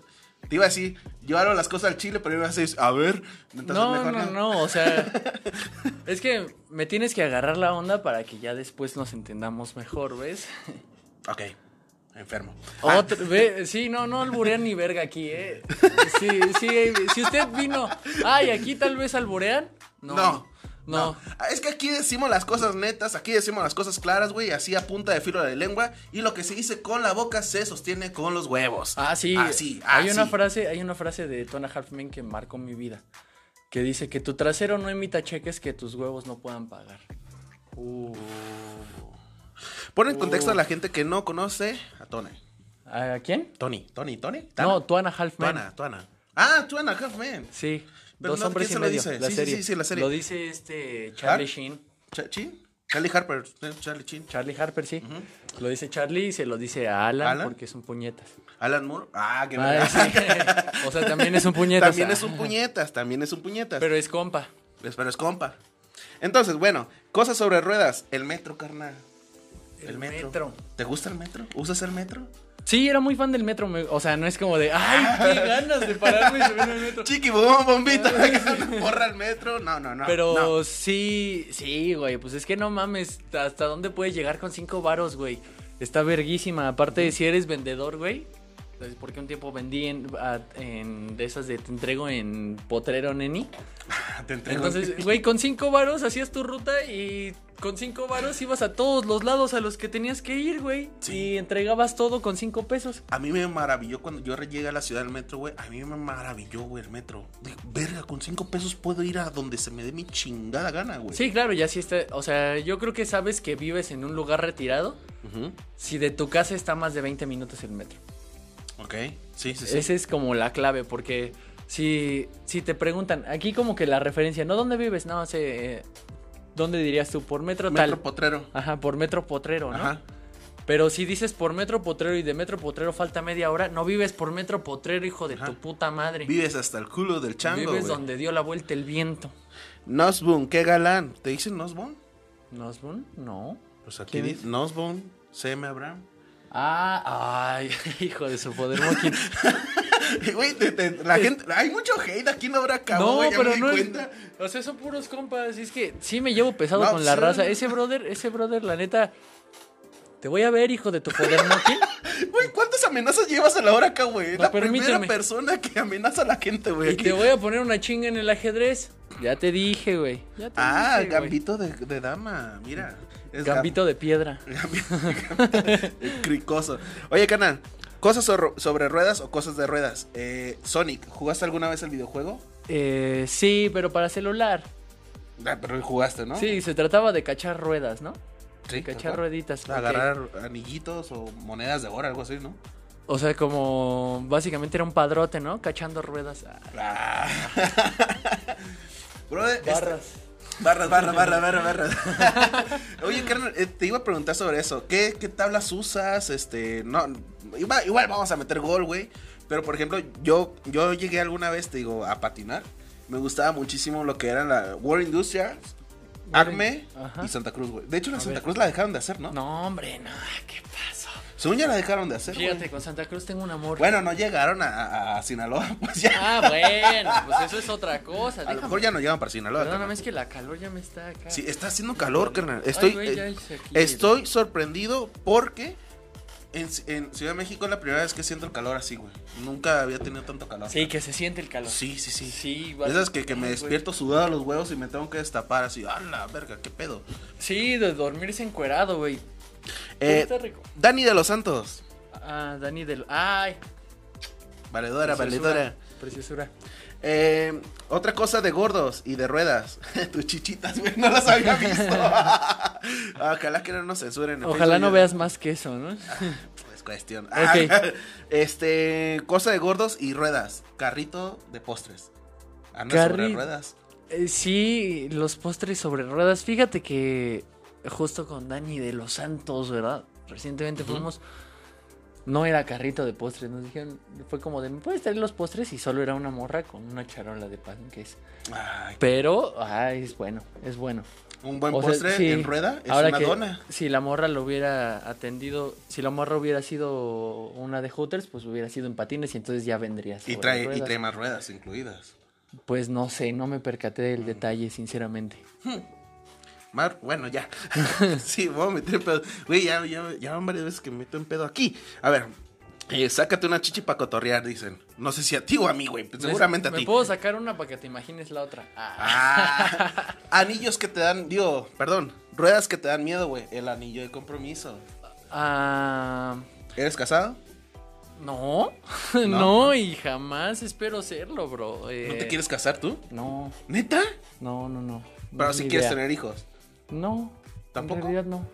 [SPEAKER 2] te iba a decir, yo hablo las cosas al chile, pero iba a decir, a ver. Entonces,
[SPEAKER 3] No,
[SPEAKER 2] mejor
[SPEAKER 3] no, no, o sea, es que me tienes que agarrar la onda para que ya después nos entendamos mejor, ¿ves?
[SPEAKER 2] Ok, enfermo. Ah,
[SPEAKER 3] Otro- ve, sí, no, no alburean ni verga aquí, ¿eh? Sí, sí, si usted vino, ay, aquí tal vez alburean, no, no,
[SPEAKER 2] no. Ah, Es que aquí decimos las cosas netas, aquí decimos las cosas claras, güey, así a punta de filo de lengua. Y lo que se dice con la boca se sostiene con los huevos.
[SPEAKER 3] Ah, sí.
[SPEAKER 2] Así,
[SPEAKER 3] Hay una
[SPEAKER 2] así.
[SPEAKER 3] frase, hay una frase de Tona Halfman que marcó mi vida. Que dice que tu trasero no emita cheques que tus huevos no puedan pagar.
[SPEAKER 2] Pon en contexto a la gente que no conoce a Tony.
[SPEAKER 3] ¿A quién?
[SPEAKER 2] Tony, Tony, Tony. ¿Tana?
[SPEAKER 3] No, Tuana Halfman.
[SPEAKER 2] Tuana, Tuana. Ah, Tuana, Halfman.
[SPEAKER 3] Sí.
[SPEAKER 2] Pero
[SPEAKER 3] dos
[SPEAKER 2] no,
[SPEAKER 3] hombres y
[SPEAKER 2] ¿quién se lo
[SPEAKER 3] medio.
[SPEAKER 2] dice?
[SPEAKER 3] La
[SPEAKER 2] Sí, sí,
[SPEAKER 3] serie.
[SPEAKER 2] sí, sí, la serie.
[SPEAKER 3] Lo dice este Charlie
[SPEAKER 2] ¿Har?
[SPEAKER 3] Sheen.
[SPEAKER 2] Cha- ¿Chin? Charlie Harper, eh, Charlie Chin.
[SPEAKER 3] Charlie Harper, sí. Lo dice Charlie y se lo dice a Alan,
[SPEAKER 2] ¿Alan?
[SPEAKER 3] porque es un puñetas.
[SPEAKER 2] Alan Moore. Ah, que
[SPEAKER 3] Ah, sí. [LAUGHS] O sea, también es un puñetas.
[SPEAKER 2] También
[SPEAKER 3] ah.
[SPEAKER 2] es un puñetas, también es un puñetas.
[SPEAKER 3] Pero es compa.
[SPEAKER 2] Pues, pero es compa. Entonces, bueno, cosas sobre ruedas. El metro, carnal. El,
[SPEAKER 3] El
[SPEAKER 2] metro.
[SPEAKER 3] metro.
[SPEAKER 2] ¿Te gusta el metro? ¿Usas el metro?
[SPEAKER 3] Sí, era muy fan del metro. me- O sea, no es como de,
[SPEAKER 2] [LAUGHS]
[SPEAKER 3] ay, qué ganas de pararme y subirme al metro.
[SPEAKER 2] Chiqui, bom,
[SPEAKER 3] [LAUGHS]
[SPEAKER 2] bombita. Borra el metro. No, no, no.
[SPEAKER 3] Pero
[SPEAKER 2] no.
[SPEAKER 3] sí, sí, güey. Pues es que no mames, ¿hasta dónde puedes llegar con cinco varos, güey? Está verguísima. Aparte, si eres vendedor, güey. pues, Porque un tiempo vendí en, a- en- de esas de te entrego en Potrero Neni.
[SPEAKER 2] Te entrego.
[SPEAKER 3] Entonces, güey, con cinco varos hacías tu ruta y con cinco varos ibas a todos los lados a los que tenías que ir, güey.
[SPEAKER 2] Sí.
[SPEAKER 3] Y entregabas todo con cinco pesos.
[SPEAKER 2] A mí me maravilló cuando yo llegué a la ciudad del metro, güey. A mí me maravilló, güey, el metro. Dije, verga, con cinco pesos puedo ir a donde se me dé mi chingada gana, güey.
[SPEAKER 3] Sí, claro, ya sí está. O sea, yo creo que sabes que vives en un lugar retirado
[SPEAKER 2] Ujú.
[SPEAKER 3] si de tu casa está más de 20 minutos el metro.
[SPEAKER 2] Ok. Sí, sí, sí.
[SPEAKER 3] Esa es como la clave, porque si, si te preguntan, aquí como que la referencia, ¿no? ¿Dónde vives? No, sé, eh, ¿dónde dirías tú? Por metro,
[SPEAKER 2] metro
[SPEAKER 3] tal.
[SPEAKER 2] potrero.
[SPEAKER 3] Ajá, por metro potrero, ¿no?
[SPEAKER 2] Ajá.
[SPEAKER 3] Pero si dices por metro potrero y de metro potrero falta media hora, no vives por metro potrero, hijo de
[SPEAKER 2] Ajá.
[SPEAKER 3] tu puta madre.
[SPEAKER 2] Vives hasta el culo del chango,
[SPEAKER 3] vives
[SPEAKER 2] güey.
[SPEAKER 3] donde dio la vuelta el viento.
[SPEAKER 2] Nosbun, qué galán. ¿Te dicen Nosbun?
[SPEAKER 3] ¿Nosbun? No.
[SPEAKER 2] Pues aquí
[SPEAKER 3] ¿Quién
[SPEAKER 2] dice
[SPEAKER 3] es?
[SPEAKER 2] Nosbun, CM Abraham.
[SPEAKER 3] Ah, ay, [LAUGHS] hijo de su poder moquín.
[SPEAKER 2] [LAUGHS] Güey, te- te- la gente, hay mucho hate aquí no habrá cabo, güey, ya me di
[SPEAKER 3] es-
[SPEAKER 2] cuenta.
[SPEAKER 3] O sea, son puros compas. y Es que sí me llevo pesado
[SPEAKER 2] No,
[SPEAKER 3] con la
[SPEAKER 2] sí.
[SPEAKER 3] raza. Ese brother, ese brother, la neta. Te voy a ver, hijo de tu poder, ¿no? ¿Qué?
[SPEAKER 2] Güey, ¿cuántas amenazas llevas a la hora acá, güey?
[SPEAKER 3] No,
[SPEAKER 2] la primera
[SPEAKER 3] permíteme.
[SPEAKER 2] persona que amenaza a la gente, [LAUGHS] güey.
[SPEAKER 3] Y
[SPEAKER 2] aquí.
[SPEAKER 3] te voy a poner una chinga en el ajedrez. Ya te dije, güey. Ya te
[SPEAKER 2] Ah,
[SPEAKER 3] dije, güey.
[SPEAKER 2] gambito de, de dama, mira. Es gam-
[SPEAKER 3] Gambito
[SPEAKER 2] [LAUGHS]
[SPEAKER 3] de piedra.
[SPEAKER 2] gambito- cricoso. Oye, canal, cosas sorro- sobre ruedas o cosas de ruedas. Eh, Sonic, ¿jugaste alguna vez el videojuego?
[SPEAKER 3] Eh, sí, pero para celular.
[SPEAKER 2] Ah, pero jugaste, ¿no?
[SPEAKER 3] Sí, se trataba de cachar ruedas, ¿no?
[SPEAKER 2] Sí,
[SPEAKER 3] cachar
[SPEAKER 2] ajá.
[SPEAKER 3] rueditas. porque-
[SPEAKER 2] Agarrar anillitos o monedas de oro, algo así, ¿no?
[SPEAKER 3] O sea, como básicamente era un padrote,
[SPEAKER 2] [LAUGHS]
[SPEAKER 3] ¿no? Cachando ruedas. Ah,
[SPEAKER 2] Ah. Brother, esta-
[SPEAKER 3] barras.
[SPEAKER 2] Barras, barra, barra, barra, [LAUGHS] barra. Oye, carnal, eh, te iba a preguntar sobre eso. ¿Qué, qué tablas usas? Este, no, igual, igual vamos a meter gol, güey. Pero, por ejemplo, yo, yo llegué alguna vez, te digo, a patinar. Me gustaba muchísimo lo que eran la War Industrials, Acme
[SPEAKER 3] Ajá.
[SPEAKER 2] y Santa Cruz, güey. De hecho, la
[SPEAKER 3] A
[SPEAKER 2] Santa
[SPEAKER 3] ver.
[SPEAKER 2] Cruz la dejaron de hacer, ¿no?
[SPEAKER 3] No, hombre, no, ¿qué pasó?
[SPEAKER 2] Según ya la dejaron de hacer, güey.
[SPEAKER 3] Fíjate, con Santa Cruz tengo un amor.
[SPEAKER 2] Bueno, no llegaron a, a- a Sinaloa, [LAUGHS] pues ya.
[SPEAKER 3] Ah, bueno, pues eso es otra cosa.
[SPEAKER 2] a lo
[SPEAKER 3] Déjame.
[SPEAKER 2] mejor ya no llegan para Sinaloa.
[SPEAKER 3] Perdóname,
[SPEAKER 2] carnal.
[SPEAKER 3] es que la calor ya me está acá.
[SPEAKER 2] Sí, está haciendo calor, carnal.
[SPEAKER 3] Ay,
[SPEAKER 2] Estoy,
[SPEAKER 3] güey, ya
[SPEAKER 2] eh,
[SPEAKER 3] hice aquí.
[SPEAKER 2] estoy sorprendido porque en, Ci- en Ciudad de México es la primera vez que siento el calor así, güey. Nunca había tenido tanto calor.
[SPEAKER 3] Sí, que se siente el calor.
[SPEAKER 2] sí, sí. sí.
[SPEAKER 3] Sí, vale.
[SPEAKER 2] Esas que, que me
[SPEAKER 3] Ay, güey.
[SPEAKER 2] despierto sudado a los huevos y me tengo que destapar así. ¡A la verga! ¿Qué pedo?
[SPEAKER 3] Sí, de dormirse encuerado, güey.
[SPEAKER 2] Eh,
[SPEAKER 3] está rico.
[SPEAKER 2] Dani de los Santos.
[SPEAKER 3] Ah, Dani del. ¡Ay!
[SPEAKER 2] Valedora,
[SPEAKER 3] preciosura,
[SPEAKER 2] valedora.
[SPEAKER 3] Preciosura.
[SPEAKER 2] Eh, otra cosa de gordos y de ruedas. [LAUGHS] Tus chichitas, güey. No las había
[SPEAKER 3] [LAUGHS]
[SPEAKER 2] visto. Ojalá que no nos censuren. en
[SPEAKER 3] Ojalá
[SPEAKER 2] Facebook
[SPEAKER 3] no
[SPEAKER 2] ya.
[SPEAKER 3] veas más que eso, ¿no?
[SPEAKER 2] Es Pues, cuestión.
[SPEAKER 3] Ok.
[SPEAKER 2] [LAUGHS] este, cosa de gordos y ruedas. Carrito de postres. Anda sobre
[SPEAKER 3] Carri-
[SPEAKER 2] ruedas.
[SPEAKER 3] Eh, Sí, los postres sobre ruedas. Fíjate que justo con Dani de los Santos, ¿verdad? Recientemente
[SPEAKER 2] Ujú.
[SPEAKER 3] fuimos. No era carrito de postres, nos dijeron. Fue como de, ¿me puedes traer los postres? Y solo era una morra con una charola de panques.
[SPEAKER 2] Ay,
[SPEAKER 3] Pero, ay, es bueno, es bueno.
[SPEAKER 2] un buen
[SPEAKER 3] O sea,
[SPEAKER 2] postre
[SPEAKER 3] sí.
[SPEAKER 2] en rueda es
[SPEAKER 3] Ahora
[SPEAKER 2] una
[SPEAKER 3] que
[SPEAKER 2] dona.
[SPEAKER 3] Si la morra lo hubiera atendido, si la morra hubiera sido una de Hooters, pues hubiera sido en patines y entonces ya vendría.
[SPEAKER 2] Y
[SPEAKER 3] sobre
[SPEAKER 2] trae, y
[SPEAKER 3] ruedas.
[SPEAKER 2] trae más ruedas incluidas.
[SPEAKER 3] Pues no sé, no me percaté del detalle, sinceramente.
[SPEAKER 2] Mar, bueno,
[SPEAKER 3] [LAUGHS]
[SPEAKER 2] ya. [LAUGHS] sí, voy a meter en pedo. Güey, ya, ya, ya van varias veces que me meto en pedo aquí. A ver, eh, sácate una chichi para cotorrear, dicen. No sé si a ti o a mí, güey. pues Seguramente a
[SPEAKER 3] Me
[SPEAKER 2] ti.
[SPEAKER 3] puedo sacar una para que te imagines la otra. Ah,
[SPEAKER 2] [LAUGHS] Ah, anillos que te dan, digo, perdón, ruedas que te dan miedo, güey. El anillo de compromiso.
[SPEAKER 3] ah,
[SPEAKER 2] ¿Eres casado?
[SPEAKER 3] no, [LAUGHS]
[SPEAKER 2] No.
[SPEAKER 3] no, y jamás espero serlo, bro.
[SPEAKER 2] ¿No
[SPEAKER 3] eh,
[SPEAKER 2] te quieres casar tú?
[SPEAKER 3] No,
[SPEAKER 2] ¿Neta?
[SPEAKER 3] no, no, no. no
[SPEAKER 2] Pero
[SPEAKER 3] es
[SPEAKER 2] si
[SPEAKER 3] mi
[SPEAKER 2] quieres
[SPEAKER 3] idea.
[SPEAKER 2] tener hijos.
[SPEAKER 3] No.
[SPEAKER 2] ¿Tampoco?
[SPEAKER 3] En realidad no.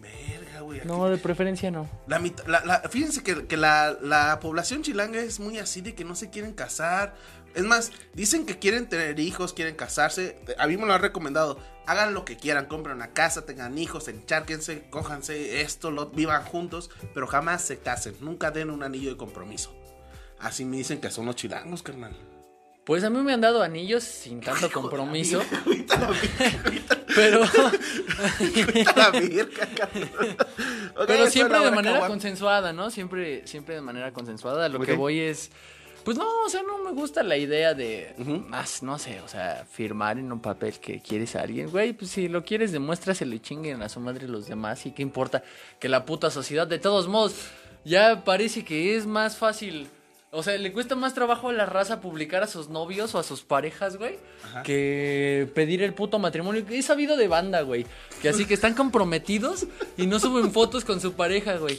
[SPEAKER 2] Verga, güey. aquí-
[SPEAKER 3] No, de preferencia no.
[SPEAKER 2] La mitad- la- la- fíjense que, que la, la población chilanga es muy así de que no se quieren casar. Es más, dicen que quieren tener hijos, quieren casarse. A mí me lo han recomendado. Hagan lo que quieran, compren una casa, tengan hijos, encharquense, cójanse esto, lo, vivan juntos, pero jamás se casen. Nunca den un anillo de compromiso. Así me dicen que son los chilangos, carnal. [LAUGHS]
[SPEAKER 3] Pues a mí me han dado anillos sin
[SPEAKER 2] Hijo
[SPEAKER 3] tanto
[SPEAKER 2] de la
[SPEAKER 3] compromiso,
[SPEAKER 2] virga, Ahorita la virga, ahorita-
[SPEAKER 3] [LAUGHS] pero,
[SPEAKER 2] ahorita la virga, carnal. Ok,
[SPEAKER 3] pero
[SPEAKER 2] esto
[SPEAKER 3] siempre
[SPEAKER 2] es la
[SPEAKER 3] de
[SPEAKER 2] hora
[SPEAKER 3] manera
[SPEAKER 2] caguama.
[SPEAKER 3] consensuada, ¿no? Siempre, siempre de manera consensuada. Lo
[SPEAKER 2] Ok.
[SPEAKER 3] que voy es, pues no, o sea, no me gusta la idea de
[SPEAKER 2] Ujú.
[SPEAKER 3] más, no sé, o sea, firmar en un papel que quieres a alguien, güey, pues si lo quieres demuéstraselo y chinguen a su madre los demás y qué importa que la puta sociedad, de todos modos, ya parece que es más fácil. O sea, le cuesta más trabajo a la raza publicar a sus novios o a sus parejas, güey,
[SPEAKER 2] Ajá.
[SPEAKER 3] que pedir el puto matrimonio. He sabido de banda, güey, que así que están comprometidos y no suben fotos con su pareja, güey.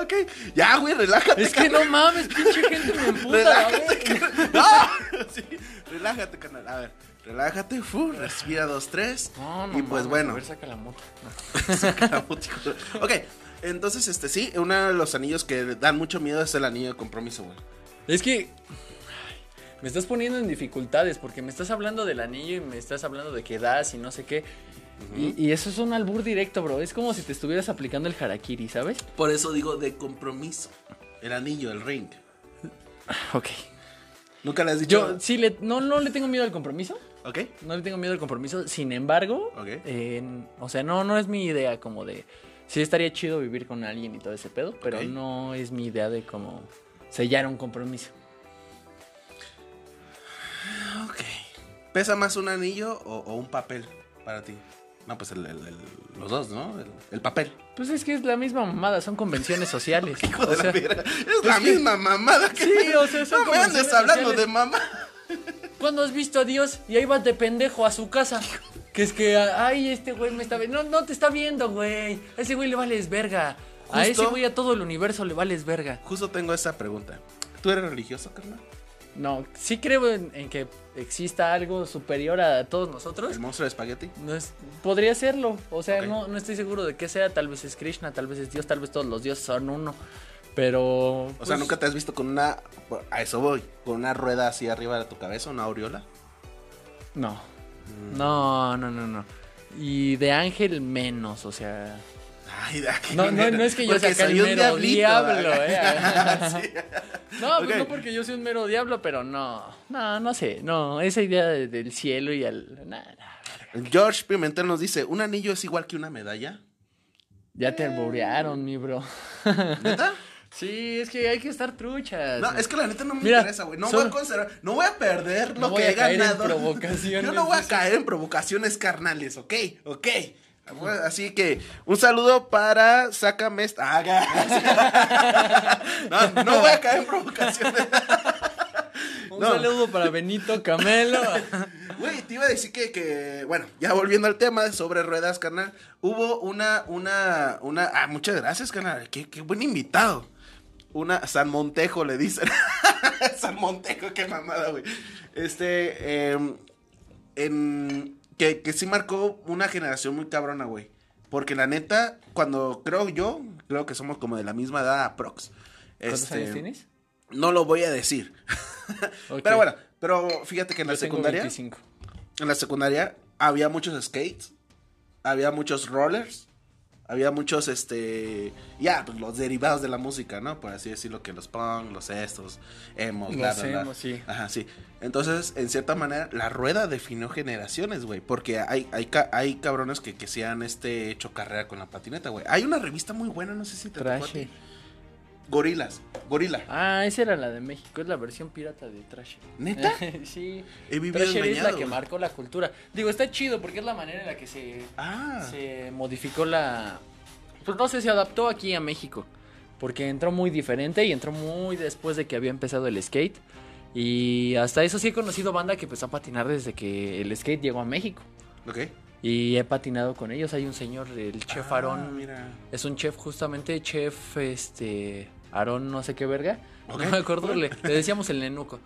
[SPEAKER 2] Ok, ya, güey, relájate.
[SPEAKER 3] Es que no mames, pinche gente me emputa, la
[SPEAKER 2] Relájate,
[SPEAKER 3] verga.
[SPEAKER 2] carnal. No, [LAUGHS] sí, relájate, carnal. A ver, relájate, fu, respira dos, tres.
[SPEAKER 3] No, no
[SPEAKER 2] y pues
[SPEAKER 3] mames, A
[SPEAKER 2] bueno,
[SPEAKER 3] ver, saca la moto.
[SPEAKER 2] saca la [LAUGHS] puta, hijo de- Ok, entonces, este sí, uno de los anillos que dan mucho miedo es el anillo de compromiso, güey.
[SPEAKER 3] Es que ay, me estás poniendo en dificultades porque me estás hablando del anillo y me estás hablando de que das y no sé qué. Y, y eso es un albur directo, bro. Es como si te estuvieras aplicando el harakiri, ¿sabes?
[SPEAKER 2] Por eso digo de compromiso. El anillo, el ring.
[SPEAKER 3] Ok.
[SPEAKER 2] Nunca le has dicho.
[SPEAKER 3] Yo sí le, no, no le tengo miedo al compromiso.
[SPEAKER 2] Ok,
[SPEAKER 3] No le tengo miedo al compromiso. Sin embargo,
[SPEAKER 2] Ok.
[SPEAKER 3] en- o sea, no, no es mi idea como de. Sí estaría chido vivir con alguien y todo ese pedo, pero
[SPEAKER 2] Ok.
[SPEAKER 3] no es mi idea de como sellar un compromiso.
[SPEAKER 2] ok. ¿Pesa más un anillo o, o un papel para ti? No, pues el- el- el- los dos, ¿no? El, el papel.
[SPEAKER 3] Pues es que es la misma mamada, son convenciones
[SPEAKER 2] [LAUGHS]
[SPEAKER 3] sociales.
[SPEAKER 2] Hijo
[SPEAKER 3] O
[SPEAKER 2] de la
[SPEAKER 3] sea,
[SPEAKER 2] verga. Es la misma mamada que.
[SPEAKER 3] Sí, o sea, son
[SPEAKER 2] no me andes
[SPEAKER 3] convenciones
[SPEAKER 2] hablando de
[SPEAKER 3] sociales.
[SPEAKER 2] mamá.
[SPEAKER 3] ¿Cuándo has visto a Dios? Y ahí vas de pendejo a su casa. Que es que, ay, este güey me está viendo. No, no te está viendo, güey. A ese güey le vales verga. A
[SPEAKER 2] Justo.
[SPEAKER 3] ese güey, a todo el universo le vales verga.
[SPEAKER 2] Justo tengo esa pregunta. ¿Tú eres religioso, carnal?
[SPEAKER 3] No, sí creo en, en que exista algo superior a todos nosotros.
[SPEAKER 2] ¿El monstruo de espagueti?
[SPEAKER 3] No es- podría serlo. O sea,
[SPEAKER 2] Ok.
[SPEAKER 3] no, no estoy seguro de qué sea. Tal vez es Krishna, tal vez es Dios, tal vez todos los dioses son uno. Pero. pues,
[SPEAKER 2] O sea, ¿nunca te has visto con una... A eso voy. Con una rueda así arriba de tu cabeza, una aureola.
[SPEAKER 3] No. No, no, no, no. Y de Ángel menos, o sea.
[SPEAKER 2] Ay, de aquí
[SPEAKER 3] No, no,
[SPEAKER 2] viene.
[SPEAKER 3] no es que yo
[SPEAKER 2] Porque
[SPEAKER 3] sea el
[SPEAKER 2] soy un
[SPEAKER 3] mero
[SPEAKER 2] diablito.
[SPEAKER 3] diablo,
[SPEAKER 2] ¿verdad?
[SPEAKER 3] eh.
[SPEAKER 2] [LAUGHS] Sí.
[SPEAKER 3] No, pues
[SPEAKER 2] Ok.
[SPEAKER 3] no porque yo soy un mero diablo, pero no. No, no sé. No, esa idea de- del cielo y al. Nada.
[SPEAKER 2] George Pimentel nos dice, ¿un anillo es igual que una medalla?
[SPEAKER 3] Ya te alborearon, mi bro.
[SPEAKER 2] ¿Neta?
[SPEAKER 3] Sí, es que hay que estar truchas.
[SPEAKER 2] No, es que la neta no me
[SPEAKER 3] Mira,
[SPEAKER 2] interesa, güey. No
[SPEAKER 3] solo-
[SPEAKER 2] voy a conservar, no voy a perder
[SPEAKER 3] No
[SPEAKER 2] lo
[SPEAKER 3] voy
[SPEAKER 2] que
[SPEAKER 3] a
[SPEAKER 2] he
[SPEAKER 3] caer en
[SPEAKER 2] ganado.
[SPEAKER 3] provocaciones,
[SPEAKER 2] Yo no voy a
[SPEAKER 3] dice.
[SPEAKER 2] caer en provocaciones carnales, ¿ok? ¿Ok? Pues, Así que un saludo para Sácame esta. [LAUGHS] Ah, No, no voy a caer en provocaciones.
[SPEAKER 3] Un
[SPEAKER 2] no.
[SPEAKER 3] saludo para
[SPEAKER 2] [LAUGHS]
[SPEAKER 3] Benito Camelo.
[SPEAKER 2] Güey, te iba a decir que, que, bueno, ya volviendo al tema sobre ruedas, carnal, hubo una, una, una, ah, muchas gracias, carnal, qué, qué buen invitado. Una, San Montejo le dicen. [LAUGHS] San Montejo, qué mamada, güey. Este, em, en, que, que sí marcó una generación muy cabrona, güey. Porque la neta, cuando creo yo, creo que somos como de la misma edad aprox.
[SPEAKER 3] ¿Cuántos
[SPEAKER 2] Este,
[SPEAKER 3] años tienes?
[SPEAKER 2] No lo voy a decir.
[SPEAKER 3] Ok.
[SPEAKER 2] Pero bueno, pero fíjate que en la
[SPEAKER 3] Yo tengo
[SPEAKER 2] secundaria
[SPEAKER 3] 25.
[SPEAKER 2] en la secundaria había muchos skates, había muchos rollers, había muchos, este, ya, pues los derivados de la música, ¿no? Por así decirlo, que los punk, los estos, emo, bla,
[SPEAKER 3] Los
[SPEAKER 2] bla, bla.
[SPEAKER 3] emos, sí.
[SPEAKER 2] Ajá, sí. Entonces, en cierta manera, la rueda definió generaciones, güey, porque hay, hay, ca- hay cabrones que, que se han, este, hecho carrera con la patineta, güey. Hay una revista muy buena, no sé si te tocó a
[SPEAKER 3] Traje.
[SPEAKER 2] ti. Gorilas, Gorila.
[SPEAKER 3] Ah, esa era la de México, es la versión pirata de Trasher.
[SPEAKER 2] ¿Neta?
[SPEAKER 3] [LAUGHS] sí.
[SPEAKER 2] He vivido
[SPEAKER 3] Trasher es la
[SPEAKER 2] engañado,
[SPEAKER 3] que
[SPEAKER 2] güey.
[SPEAKER 3] marcó la cultura. Digo, está chido porque es la manera en la que se,
[SPEAKER 2] Ah,
[SPEAKER 3] se modificó la... Pues no sé, se adaptó aquí a México. Porque entró muy diferente y entró muy después de que había empezado el skate. Y hasta eso sí he conocido banda que empezó a patinar desde que el skate llegó a México.
[SPEAKER 2] ok.
[SPEAKER 3] Y he patinado con ellos. Hay un señor, el chef
[SPEAKER 2] Ah,
[SPEAKER 3] Aarón,
[SPEAKER 2] mira.
[SPEAKER 3] es un chef, justamente, chef, este, Aarón no sé qué verga.
[SPEAKER 2] Ok.
[SPEAKER 3] No me acuerdo, le, le decíamos el nenuco.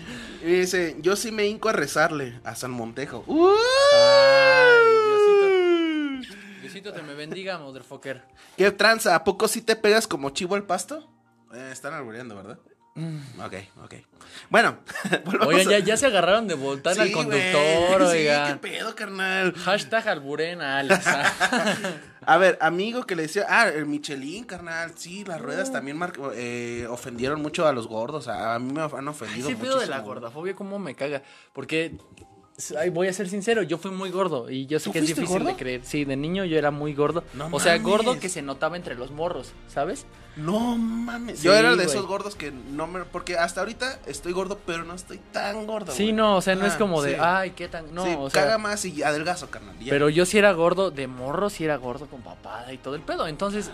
[SPEAKER 2] [LAUGHS] Y dice, yo sí me hinco a rezarle a San Montejo. ¡Uh!
[SPEAKER 3] Ay, Diosito te me
[SPEAKER 2] [LAUGHS]
[SPEAKER 3] bendiga, motherfucker.
[SPEAKER 2] ¿Qué tranza? ¿A poco sí te pegas como chivo al pasto? Mm. Eh, están arboreando, ¿verdad? Ok, ok. Bueno, [LAUGHS] volvamos
[SPEAKER 3] Oigan, ya,
[SPEAKER 2] a-
[SPEAKER 3] ya se agarraron de voltar
[SPEAKER 2] Sí,
[SPEAKER 3] al conductor,
[SPEAKER 2] güey, sí,
[SPEAKER 3] oigan.
[SPEAKER 2] ¿Qué pedo, carnal?
[SPEAKER 3] Hashtag alburen a Alex. ah.
[SPEAKER 2] [LAUGHS] A ver, amigo que le decía, ah, el Michelin, carnal. Sí, las
[SPEAKER 3] Ah.
[SPEAKER 2] ruedas también mar- eh, ofendieron mucho a los gordos. A, a mí me han ofendido.
[SPEAKER 3] Ese pedo de la
[SPEAKER 2] muchísimo.
[SPEAKER 3] gordafobia, cómo me caga. Porque, ay, voy a ser sincero, yo fui muy gordo. Y yo sé
[SPEAKER 2] ¿Tú
[SPEAKER 3] que es
[SPEAKER 2] fuiste
[SPEAKER 3] difícil de
[SPEAKER 2] gordo?
[SPEAKER 3] creer. Sí, de niño yo era muy gordo.
[SPEAKER 2] No
[SPEAKER 3] o sea, gordo
[SPEAKER 2] mames.
[SPEAKER 3] que se notaba entre los morros, ¿sabes?
[SPEAKER 2] No mames.
[SPEAKER 3] Sí,
[SPEAKER 2] Yo era de
[SPEAKER 3] güey.
[SPEAKER 2] esos gordos que no me. Porque hasta ahorita estoy gordo, pero no estoy tan gordo.
[SPEAKER 3] Sí,
[SPEAKER 2] güey.
[SPEAKER 3] no, o sea, no es
[SPEAKER 2] Ah,
[SPEAKER 3] como de,
[SPEAKER 2] sí.
[SPEAKER 3] ay, qué tan. No,
[SPEAKER 2] Sí,
[SPEAKER 3] o sea.
[SPEAKER 2] caga más y adelgazo, carnal. ya.
[SPEAKER 3] Pero yo sí era gordo, de morro sí era gordo con papada y todo el pedo. Entonces,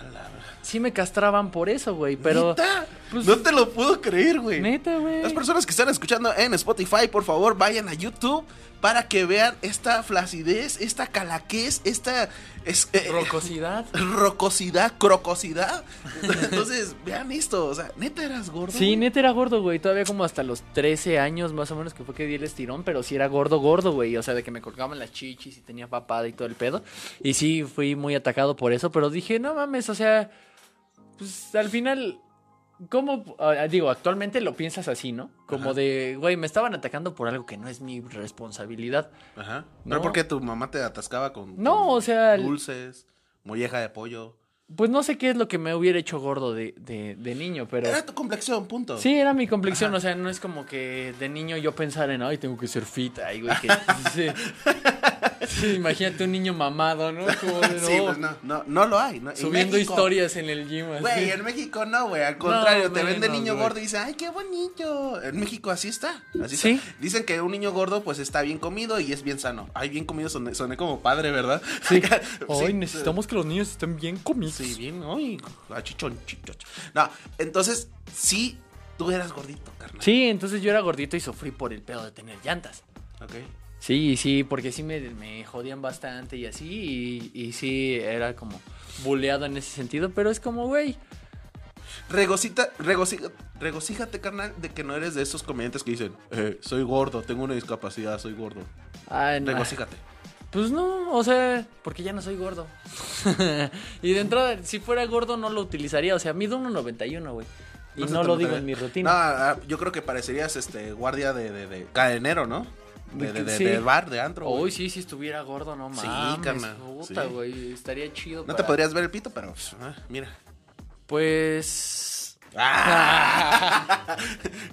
[SPEAKER 3] sí me castraban por eso, güey. Pero.
[SPEAKER 2] ¿Neta?
[SPEAKER 3] pues-
[SPEAKER 2] no te lo puedo creer, güey.
[SPEAKER 3] Neta, güey.
[SPEAKER 2] Las personas que están escuchando en Spotify, por favor, vayan a YouTube para que vean esta flacidez, esta calaquez, esta es- eh,
[SPEAKER 3] Rocosidad.
[SPEAKER 2] rocosidad, crocosidad. [LAUGHS] Entonces, vean esto, o sea, neta eras gordo.
[SPEAKER 3] Sí,
[SPEAKER 2] güey?
[SPEAKER 3] neta era gordo, güey. Todavía como hasta los 13 años más o menos que fue que di el estirón, pero sí era gordo, gordo, güey. O sea, de que me colgaban las chichis y tenía papada y todo el pedo. Y sí, fui muy atacado por eso, pero dije, no mames, o sea, pues al final, ¿cómo? Ah, Digo, actualmente lo piensas así, ¿no? Como
[SPEAKER 2] Ajá.
[SPEAKER 3] de, güey, me estaban atacando por algo que no es mi responsabilidad.
[SPEAKER 2] Ajá.
[SPEAKER 3] No.
[SPEAKER 2] Pero porque tu mamá te atascaba con
[SPEAKER 3] No,
[SPEAKER 2] con
[SPEAKER 3] o sea, el-
[SPEAKER 2] dulces, molleja de pollo.
[SPEAKER 3] Pues no sé qué es lo que me hubiera hecho gordo de, de, de niño, pero...
[SPEAKER 2] Era tu complexión, punto.
[SPEAKER 3] Sí, era mi complexión,
[SPEAKER 2] Ajá.
[SPEAKER 3] o sea, no es como que de niño yo pensara en, ay, tengo que ser fit, ay, güey,
[SPEAKER 2] [LAUGHS]
[SPEAKER 3] que... sí. Sí, imagínate un niño mamado, ¿no? Como
[SPEAKER 2] [LAUGHS] [LAUGHS]
[SPEAKER 3] de,
[SPEAKER 2] Sí,
[SPEAKER 3] no,
[SPEAKER 2] pues no, no, no lo hay. ¿no? En
[SPEAKER 3] Subiendo
[SPEAKER 2] México,
[SPEAKER 3] historias en el gym, así.
[SPEAKER 2] Güey, en México no, güey. Al contrario,
[SPEAKER 3] No,
[SPEAKER 2] te vende
[SPEAKER 3] menos,
[SPEAKER 2] niño
[SPEAKER 3] güey.
[SPEAKER 2] gordo y dice, ay, qué bonito. En México así está. Así
[SPEAKER 3] Sí.
[SPEAKER 2] está. Dicen que un niño gordo, pues está bien comido y es bien sano. Ay, bien comido soné, soné como padre, ¿verdad?
[SPEAKER 3] Sí.
[SPEAKER 2] [LAUGHS] Sí,
[SPEAKER 3] Ay, necesitamos que los niños estén bien comidos.
[SPEAKER 2] Sí, bien, ay, achichón, chichón. No, entonces, sí, tú eras gordito, carnal.
[SPEAKER 3] Sí, entonces yo era gordito y sufrí por el pedo de tener llantas.
[SPEAKER 2] Ok.
[SPEAKER 3] Sí, sí, porque sí me, me jodían bastante y así, y, y sí, era como buleado en ese sentido, pero es como, güey,
[SPEAKER 2] Regocita, regociga- regocíjate, carnal, de que no eres de esos comediantes que dicen, eh, soy gordo, tengo una discapacidad, soy gordo.
[SPEAKER 3] ay, no.
[SPEAKER 2] Regocíjate.
[SPEAKER 3] Pues no, o sea, porque ya no soy gordo. [LAUGHS] y de entrada, si fuera gordo no lo utilizaría. O sea, mido 1.91, güey. Y
[SPEAKER 2] No
[SPEAKER 3] no,
[SPEAKER 2] se te
[SPEAKER 3] lo digo
[SPEAKER 2] nota.
[SPEAKER 3] en mi
[SPEAKER 2] No,
[SPEAKER 3] rutina.
[SPEAKER 2] ah, yo creo que parecerías este guardia de, de, de cadenero, ¿no? de, de- de-
[SPEAKER 3] Sí.
[SPEAKER 2] de bar, de antro. güey.
[SPEAKER 3] Uy, sí, si estuviera gordo, no
[SPEAKER 2] Sí,
[SPEAKER 3] mames.
[SPEAKER 2] carnal,
[SPEAKER 3] Puta,
[SPEAKER 2] sí.
[SPEAKER 3] güey, estaría chido.
[SPEAKER 2] No te
[SPEAKER 3] para-
[SPEAKER 2] podrías ver el pito, pero pues, ah,
[SPEAKER 3] [LAUGHS]
[SPEAKER 2] mira. [LAUGHS]
[SPEAKER 3] Pues...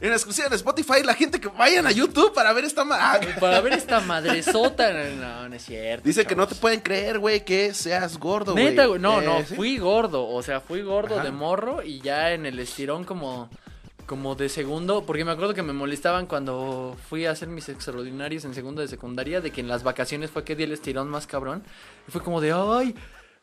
[SPEAKER 2] En exclusiva en Spotify, la gente que vayan a YouTube para ver esta ma- ah,
[SPEAKER 3] Para ver esta madresota. [LAUGHS] No, no es cierto.
[SPEAKER 2] Dice que no te
[SPEAKER 3] chavos.
[SPEAKER 2] pueden creer, güey, que seas gordo, güey.
[SPEAKER 3] Neta, güey. No,
[SPEAKER 2] Eh,
[SPEAKER 3] no,
[SPEAKER 2] sí.
[SPEAKER 3] fui gordo. O sea, fui gordo
[SPEAKER 2] Ajá.
[SPEAKER 3] de morro y ya en el estirón como. Como de segundo, porque me acuerdo que me molestaban cuando fui a hacer mis extraordinarios en segundo de secundaria, de que en las vacaciones fue que di el estirón más cabrón. Y fue como de, ay,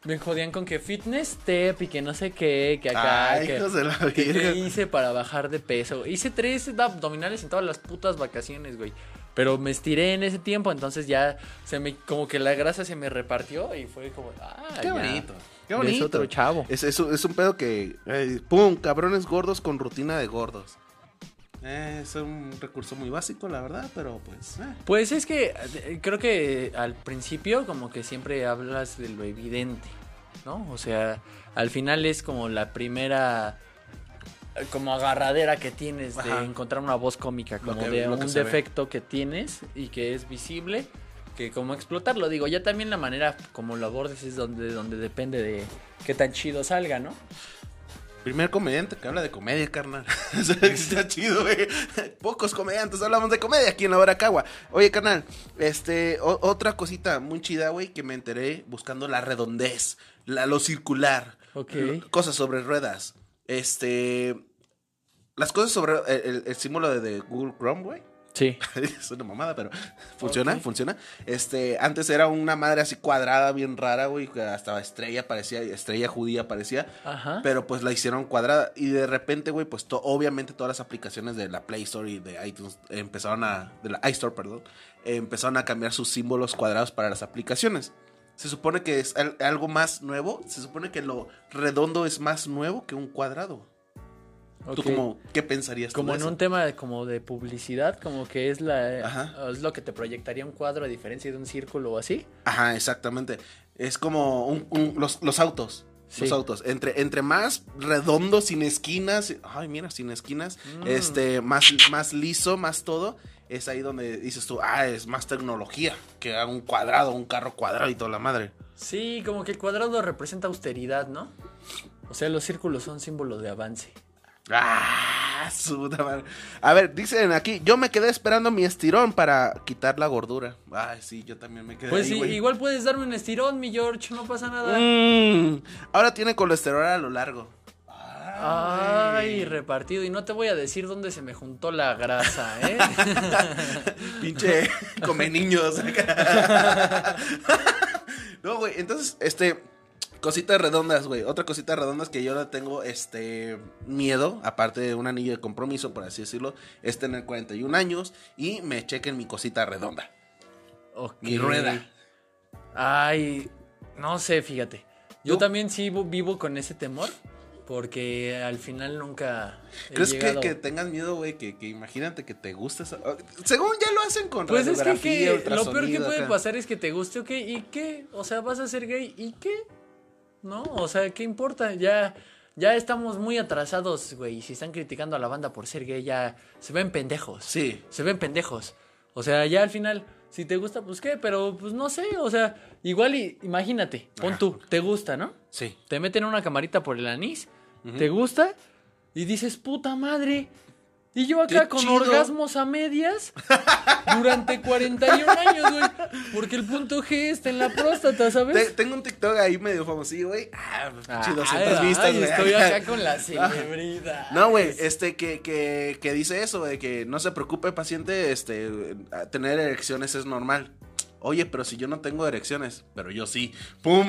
[SPEAKER 3] me jodían con que fitness tep y que no sé qué, que acá,
[SPEAKER 2] Ay,
[SPEAKER 3] que,
[SPEAKER 2] hijos de la
[SPEAKER 3] que- que
[SPEAKER 2] virgen.
[SPEAKER 3] hice para bajar de peso. Hice tres abdominales en todas las putas vacaciones, güey. Pero me estiré en ese tiempo, entonces ya se me, como que la grasa se me repartió y fue como, ah,
[SPEAKER 2] Qué
[SPEAKER 3] ya.
[SPEAKER 2] bonito. Qué
[SPEAKER 3] Es
[SPEAKER 2] bonito.
[SPEAKER 3] otro chavo.
[SPEAKER 2] Es, es un- es un pedo que. eh, ¡Pum! Cabrones gordos con rutina de gordos. Eh, es un recurso muy básico, la verdad, pero pues. eh.
[SPEAKER 3] Pues es que eh, creo que al principio como que siempre hablas de lo evidente, ¿no? O sea, al final es como la primera eh, como agarradera que tienes
[SPEAKER 2] Ajá.
[SPEAKER 3] de encontrar una voz cómica,
[SPEAKER 2] Lo
[SPEAKER 3] como
[SPEAKER 2] que-
[SPEAKER 3] de
[SPEAKER 2] lo que
[SPEAKER 3] un
[SPEAKER 2] se ve.
[SPEAKER 3] defecto que tienes y que es visible, que como explotarlo, digo, ya también la manera como lo abordes es donde, donde depende de qué tan chido salga, ¿no?
[SPEAKER 2] Primer comediante que habla de comedia, carnal. [LAUGHS] O sea, Está chido, güey. Pocos comediantes hablamos de comedia aquí en la Baracagua. Oye, carnal, este, o- otra cosita muy chida, güey, que me enteré buscando la redondez, la, lo circular.
[SPEAKER 3] Ok.
[SPEAKER 2] l- Cosas sobre ruedas. Este. Las cosas sobre el, el- el símbolo de, de Google Chrome, güey. [LAUGHS]
[SPEAKER 3] Sí.
[SPEAKER 2] es una mamada, pero funciona,
[SPEAKER 3] Ok.
[SPEAKER 2] funciona. Este, antes era una madre así cuadrada, bien rara, güey, que hasta estrella parecía, estrella judía parecía.
[SPEAKER 3] Ajá.
[SPEAKER 2] Pero pues la hicieron cuadrada. Y de repente, güey, pues to- obviamente todas las aplicaciones de la Play Store y de iTunes empezaron a. de la iStore, perdón. eh, empezaron a cambiar sus símbolos cuadrados para las aplicaciones. Se supone que es al- algo más nuevo. Se supone que lo redondo es más nuevo que un cuadrado.
[SPEAKER 3] Ok.
[SPEAKER 2] ¿Tú como qué pensarías? tú
[SPEAKER 3] Como
[SPEAKER 2] de
[SPEAKER 3] en
[SPEAKER 2] eso?
[SPEAKER 3] un tema de, como de publicidad, como que es la
[SPEAKER 2] Ajá.
[SPEAKER 3] es lo que te proyectaría un cuadro a diferencia de un círculo o así.
[SPEAKER 2] Ajá, exactamente. Es como un- un- los, los autos.
[SPEAKER 3] Sí.
[SPEAKER 2] Los autos. Entre, entre más redondo, sin esquinas. Ay, mira, sin esquinas.
[SPEAKER 3] Mm.
[SPEAKER 2] Este, más, más liso, más todo. Es ahí donde dices tú, ah, es más tecnología que a un cuadrado, un carro cuadrado y toda la madre.
[SPEAKER 3] Sí, como que el cuadrado representa austeridad, ¿no? O sea, los círculos son símbolo de avance.
[SPEAKER 2] Ah, su puta madre. A ver, dicen aquí, yo me quedé esperando mi estirón para quitar la gordura. Ay, sí, yo también me quedé
[SPEAKER 3] Pues
[SPEAKER 2] ahí,
[SPEAKER 3] sí,
[SPEAKER 2] güey.
[SPEAKER 3] igual puedes darme un estirón, mi George, no pasa nada.
[SPEAKER 2] Mm, ahora tiene colesterol a lo largo.
[SPEAKER 3] Ay, repartido. Y no te voy a decir dónde se me juntó la grasa, [LAUGHS] ¿eh?
[SPEAKER 2] Pinche [LAUGHS] come niños. [LAUGHS] no, güey. Entonces, este. Cositas redondas, güey. Otra cosita redondas que yo le tengo, este, miedo, aparte de un anillo de compromiso, por así decirlo, es tener 41 años y me chequen mi cosita redonda,
[SPEAKER 3] Ok.
[SPEAKER 2] mi rueda.
[SPEAKER 3] Ay, no sé, fíjate. Yo
[SPEAKER 2] ¿Tú?
[SPEAKER 3] también sí vivo- vivo con ese temor porque al final nunca he
[SPEAKER 2] ¿Crees que,
[SPEAKER 3] llegado-
[SPEAKER 2] que tengas miedo, güey? Que, que imagínate que te gusta esa... Según ya lo hacen con
[SPEAKER 3] Pues es que,
[SPEAKER 2] radiografía,
[SPEAKER 3] que lo peor que
[SPEAKER 2] ultrasonido,
[SPEAKER 3] puede
[SPEAKER 2] acá.
[SPEAKER 3] pasar es que te guste, ok, ¿y qué? O sea, vas a ser gay, ¿y qué? ¿No? O sea, ¿qué importa? Ya, ya estamos muy atrasados, güey. y Si están criticando a la banda por ser gay, ya se ven pendejos.
[SPEAKER 2] Sí.
[SPEAKER 3] Se ven pendejos. O sea, ya al final, si te gusta, pues qué, pero pues no sé. O sea, igual y, imagínate, pon
[SPEAKER 2] Ajá.
[SPEAKER 3] tú, te gusta, ¿no?
[SPEAKER 2] Sí.
[SPEAKER 3] Te meten una camarita por el anís, te gusta y dices, puta madre. Y yo acá
[SPEAKER 2] Qué
[SPEAKER 3] con
[SPEAKER 2] chido.
[SPEAKER 3] orgasmos a medias durante 41 años, güey. Porque el punto G está en la próstata,
[SPEAKER 2] Te-
[SPEAKER 3] ¿sabes?
[SPEAKER 2] tengo un TikTok ahí medio famosillo, güey. Ah, pinche
[SPEAKER 3] Ay,
[SPEAKER 2] 200
[SPEAKER 3] ay,
[SPEAKER 2] vistas, güey. Ah. [LAUGHS]
[SPEAKER 3] Estoy acá con la celebridad.
[SPEAKER 2] No, güey, este que, que, que dice eso, de que no se preocupe, paciente, este, a tener erecciones es normal. Oye, pero si yo no tengo erecciones, pero yo sí.
[SPEAKER 3] [LAUGHS]
[SPEAKER 2] ¡Pum!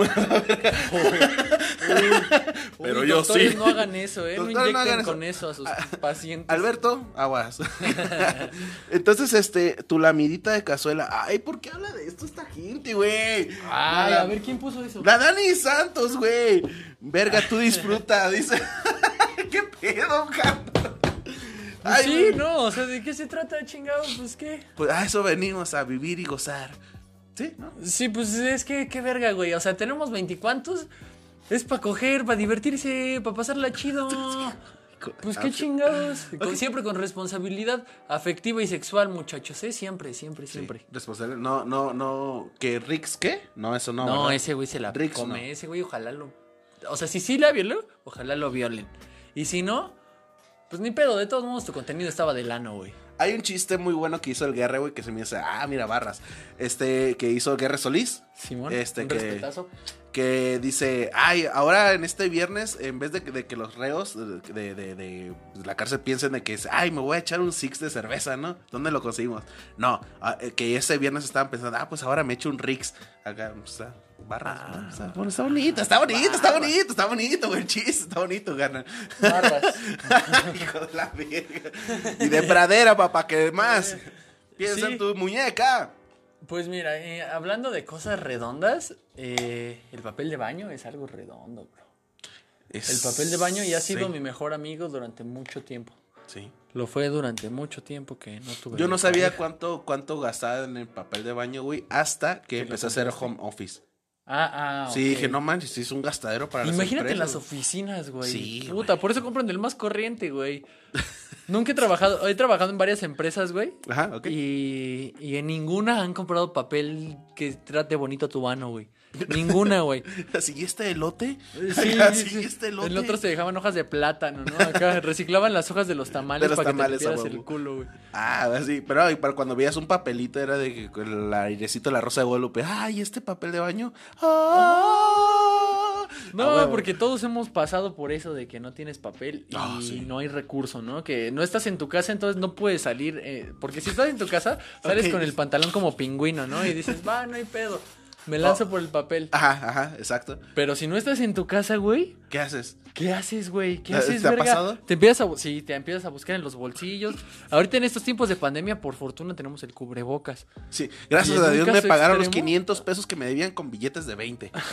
[SPEAKER 2] pero yo
[SPEAKER 3] doctores,
[SPEAKER 2] sí.
[SPEAKER 3] no hagan eso, ¿eh? No
[SPEAKER 2] Doctores,
[SPEAKER 3] inyecten
[SPEAKER 2] no hagan eso. Ah.
[SPEAKER 3] con eso a sus pacientes.
[SPEAKER 2] Alberto, aguas. [LAUGHS] Entonces, este, tu lamidita de cazuela. Ay, ¿por qué habla de esto esta gente, güey?
[SPEAKER 3] Ay,
[SPEAKER 2] La-
[SPEAKER 3] a ver, ¿quién puso eso?
[SPEAKER 2] La Dani Santos, güey. Verga, tú disfruta, dice. [LAUGHS] ¿Qué pedo, cabrón?
[SPEAKER 3] Pues
[SPEAKER 2] Ay,
[SPEAKER 3] sí,
[SPEAKER 2] güey.
[SPEAKER 3] no, o sea, ¿de qué se trata, chingado? Pues qué.
[SPEAKER 2] Pues a eso venimos, a vivir y gozar. ¿Sí? ¿No?
[SPEAKER 3] Sí, pues es que qué verga, güey. O sea, tenemos veinticuantos. Es para coger, para divertirse, para pasarla chido.
[SPEAKER 2] Ah,
[SPEAKER 3] Pues qué chingados. Con- Siempre con responsabilidad afectiva y sexual, muchachos, ¿eh? Siempre, siempre,
[SPEAKER 2] Sí,
[SPEAKER 3] siempre.
[SPEAKER 2] Responsable. No, no, no. ¿Que Rix qué? No, eso no.
[SPEAKER 3] No,
[SPEAKER 2] ¿verdad?
[SPEAKER 3] ese güey se la
[SPEAKER 2] Rix,
[SPEAKER 3] come.
[SPEAKER 2] no.
[SPEAKER 3] Ese güey, ojalá lo. O sea, si sí la violó, ojalá lo violen. Y si no, pues ni pedo. De todos modos, tu contenido estaba de lano, güey.
[SPEAKER 2] Hay un chiste muy bueno que hizo el Guerre, güey, que se me dice, ah, mira, barras. Este, que hizo Guerre Solís.
[SPEAKER 3] Simón,
[SPEAKER 2] Este
[SPEAKER 3] un
[SPEAKER 2] que- [LAUGHS]
[SPEAKER 3] respetazo.
[SPEAKER 2] que dice, ay, ahora en este viernes, en vez de, que- de que los reos de, de- de la cárcel piensen de que, es, ay, me voy a echar un six de cerveza, ¿no? ¿Dónde lo conseguimos? No, ah, eh, que ese viernes estaban pensando, ah, pues ahora me echo un rix. Acá, pues, está, barras, ¿no? está, bueno, pues, está bonito, está bonito, está bonito, está bonito, güey, el chiste, está bonito, gana.
[SPEAKER 3] Barras.
[SPEAKER 2] [LAUGHS] Hijo de la verga. Y de pradera, papá, que más. Piensa en
[SPEAKER 3] Sí.
[SPEAKER 2] tu muñeca.
[SPEAKER 3] Pues mira, eh, hablando de cosas redondas, eh, el papel de baño es algo redondo, bro. El papel de baño ya ha sido
[SPEAKER 2] Sí,
[SPEAKER 3] mi mejor amigo durante mucho tiempo.
[SPEAKER 2] Sí.
[SPEAKER 3] Lo fue durante mucho tiempo que no tuve.
[SPEAKER 2] Yo no
[SPEAKER 3] pareja.
[SPEAKER 2] sabía cuánto, cuánto gastaba en el papel de baño, güey, hasta que
[SPEAKER 3] lo
[SPEAKER 2] empecé a hacer home office.
[SPEAKER 3] Ah, ah.
[SPEAKER 2] Sí,
[SPEAKER 3] ok.
[SPEAKER 2] dije, no manches, es un gastadero para
[SPEAKER 3] Imagínate
[SPEAKER 2] las
[SPEAKER 3] las
[SPEAKER 2] empresas.
[SPEAKER 3] oficinas, güey.
[SPEAKER 2] Sí,
[SPEAKER 3] Puta,
[SPEAKER 2] güey.
[SPEAKER 3] por eso compran el más corriente, güey. Nunca he trabajado, he trabajado en varias empresas, güey.
[SPEAKER 2] Ajá, ok. [LAUGHS]
[SPEAKER 3] [LAUGHS] Y, y en ninguna han comprado papel que trate bonito a tu mano, güey. Ninguna, güey.
[SPEAKER 2] Así, ¿y este elote? [LAUGHS]
[SPEAKER 3] Sí,
[SPEAKER 2] Así,
[SPEAKER 3] sí.
[SPEAKER 2] ¿y este elote?
[SPEAKER 3] El otro se dejaban hojas de plátano, ¿no? [LAUGHS] Acá reciclaban las hojas de los tamales
[SPEAKER 2] De los
[SPEAKER 3] para
[SPEAKER 2] tamales,
[SPEAKER 3] que te
[SPEAKER 2] a
[SPEAKER 3] limpiaras
[SPEAKER 2] huevo.
[SPEAKER 3] el culo, güey.
[SPEAKER 2] Ah, así, pero y para cuando veías un papelito era de que con el airecito de la Rosa de Guadalupe. Ay, este papel de baño. Ah.
[SPEAKER 3] No,
[SPEAKER 2] A huevo.
[SPEAKER 3] porque todos hemos pasado por eso de que no tienes papel y
[SPEAKER 2] Ah, sí.
[SPEAKER 3] no hay recurso, ¿no? Que no estás en tu casa, entonces no puedes salir. eh, porque si estás en tu casa, sales
[SPEAKER 2] Ok.
[SPEAKER 3] con el pantalón como pingüino, ¿no? Y dices, va, no hay pedo. Me lanzo por el papel.
[SPEAKER 2] Ajá, ajá, exacto.
[SPEAKER 3] Pero si no estás en tu casa, güey,
[SPEAKER 2] ¿Qué haces?
[SPEAKER 3] ¿Qué haces, güey? ¿Qué
[SPEAKER 2] ¿Te-
[SPEAKER 3] haces,
[SPEAKER 2] te ha
[SPEAKER 3] verga?
[SPEAKER 2] pasado?
[SPEAKER 3] Te empiezas a, bu- sí, te empiezas a buscar en los bolsillos. Ahorita en estos tiempos de pandemia, por fortuna, tenemos el cubrebocas.
[SPEAKER 2] Sí, gracias
[SPEAKER 3] en
[SPEAKER 2] a
[SPEAKER 3] un
[SPEAKER 2] Dios me
[SPEAKER 3] caso
[SPEAKER 2] pagaron los
[SPEAKER 3] extremo-
[SPEAKER 2] 500 pesos que me debían con billetes de
[SPEAKER 3] [LAUGHS]
[SPEAKER 2] 20. [LAUGHS]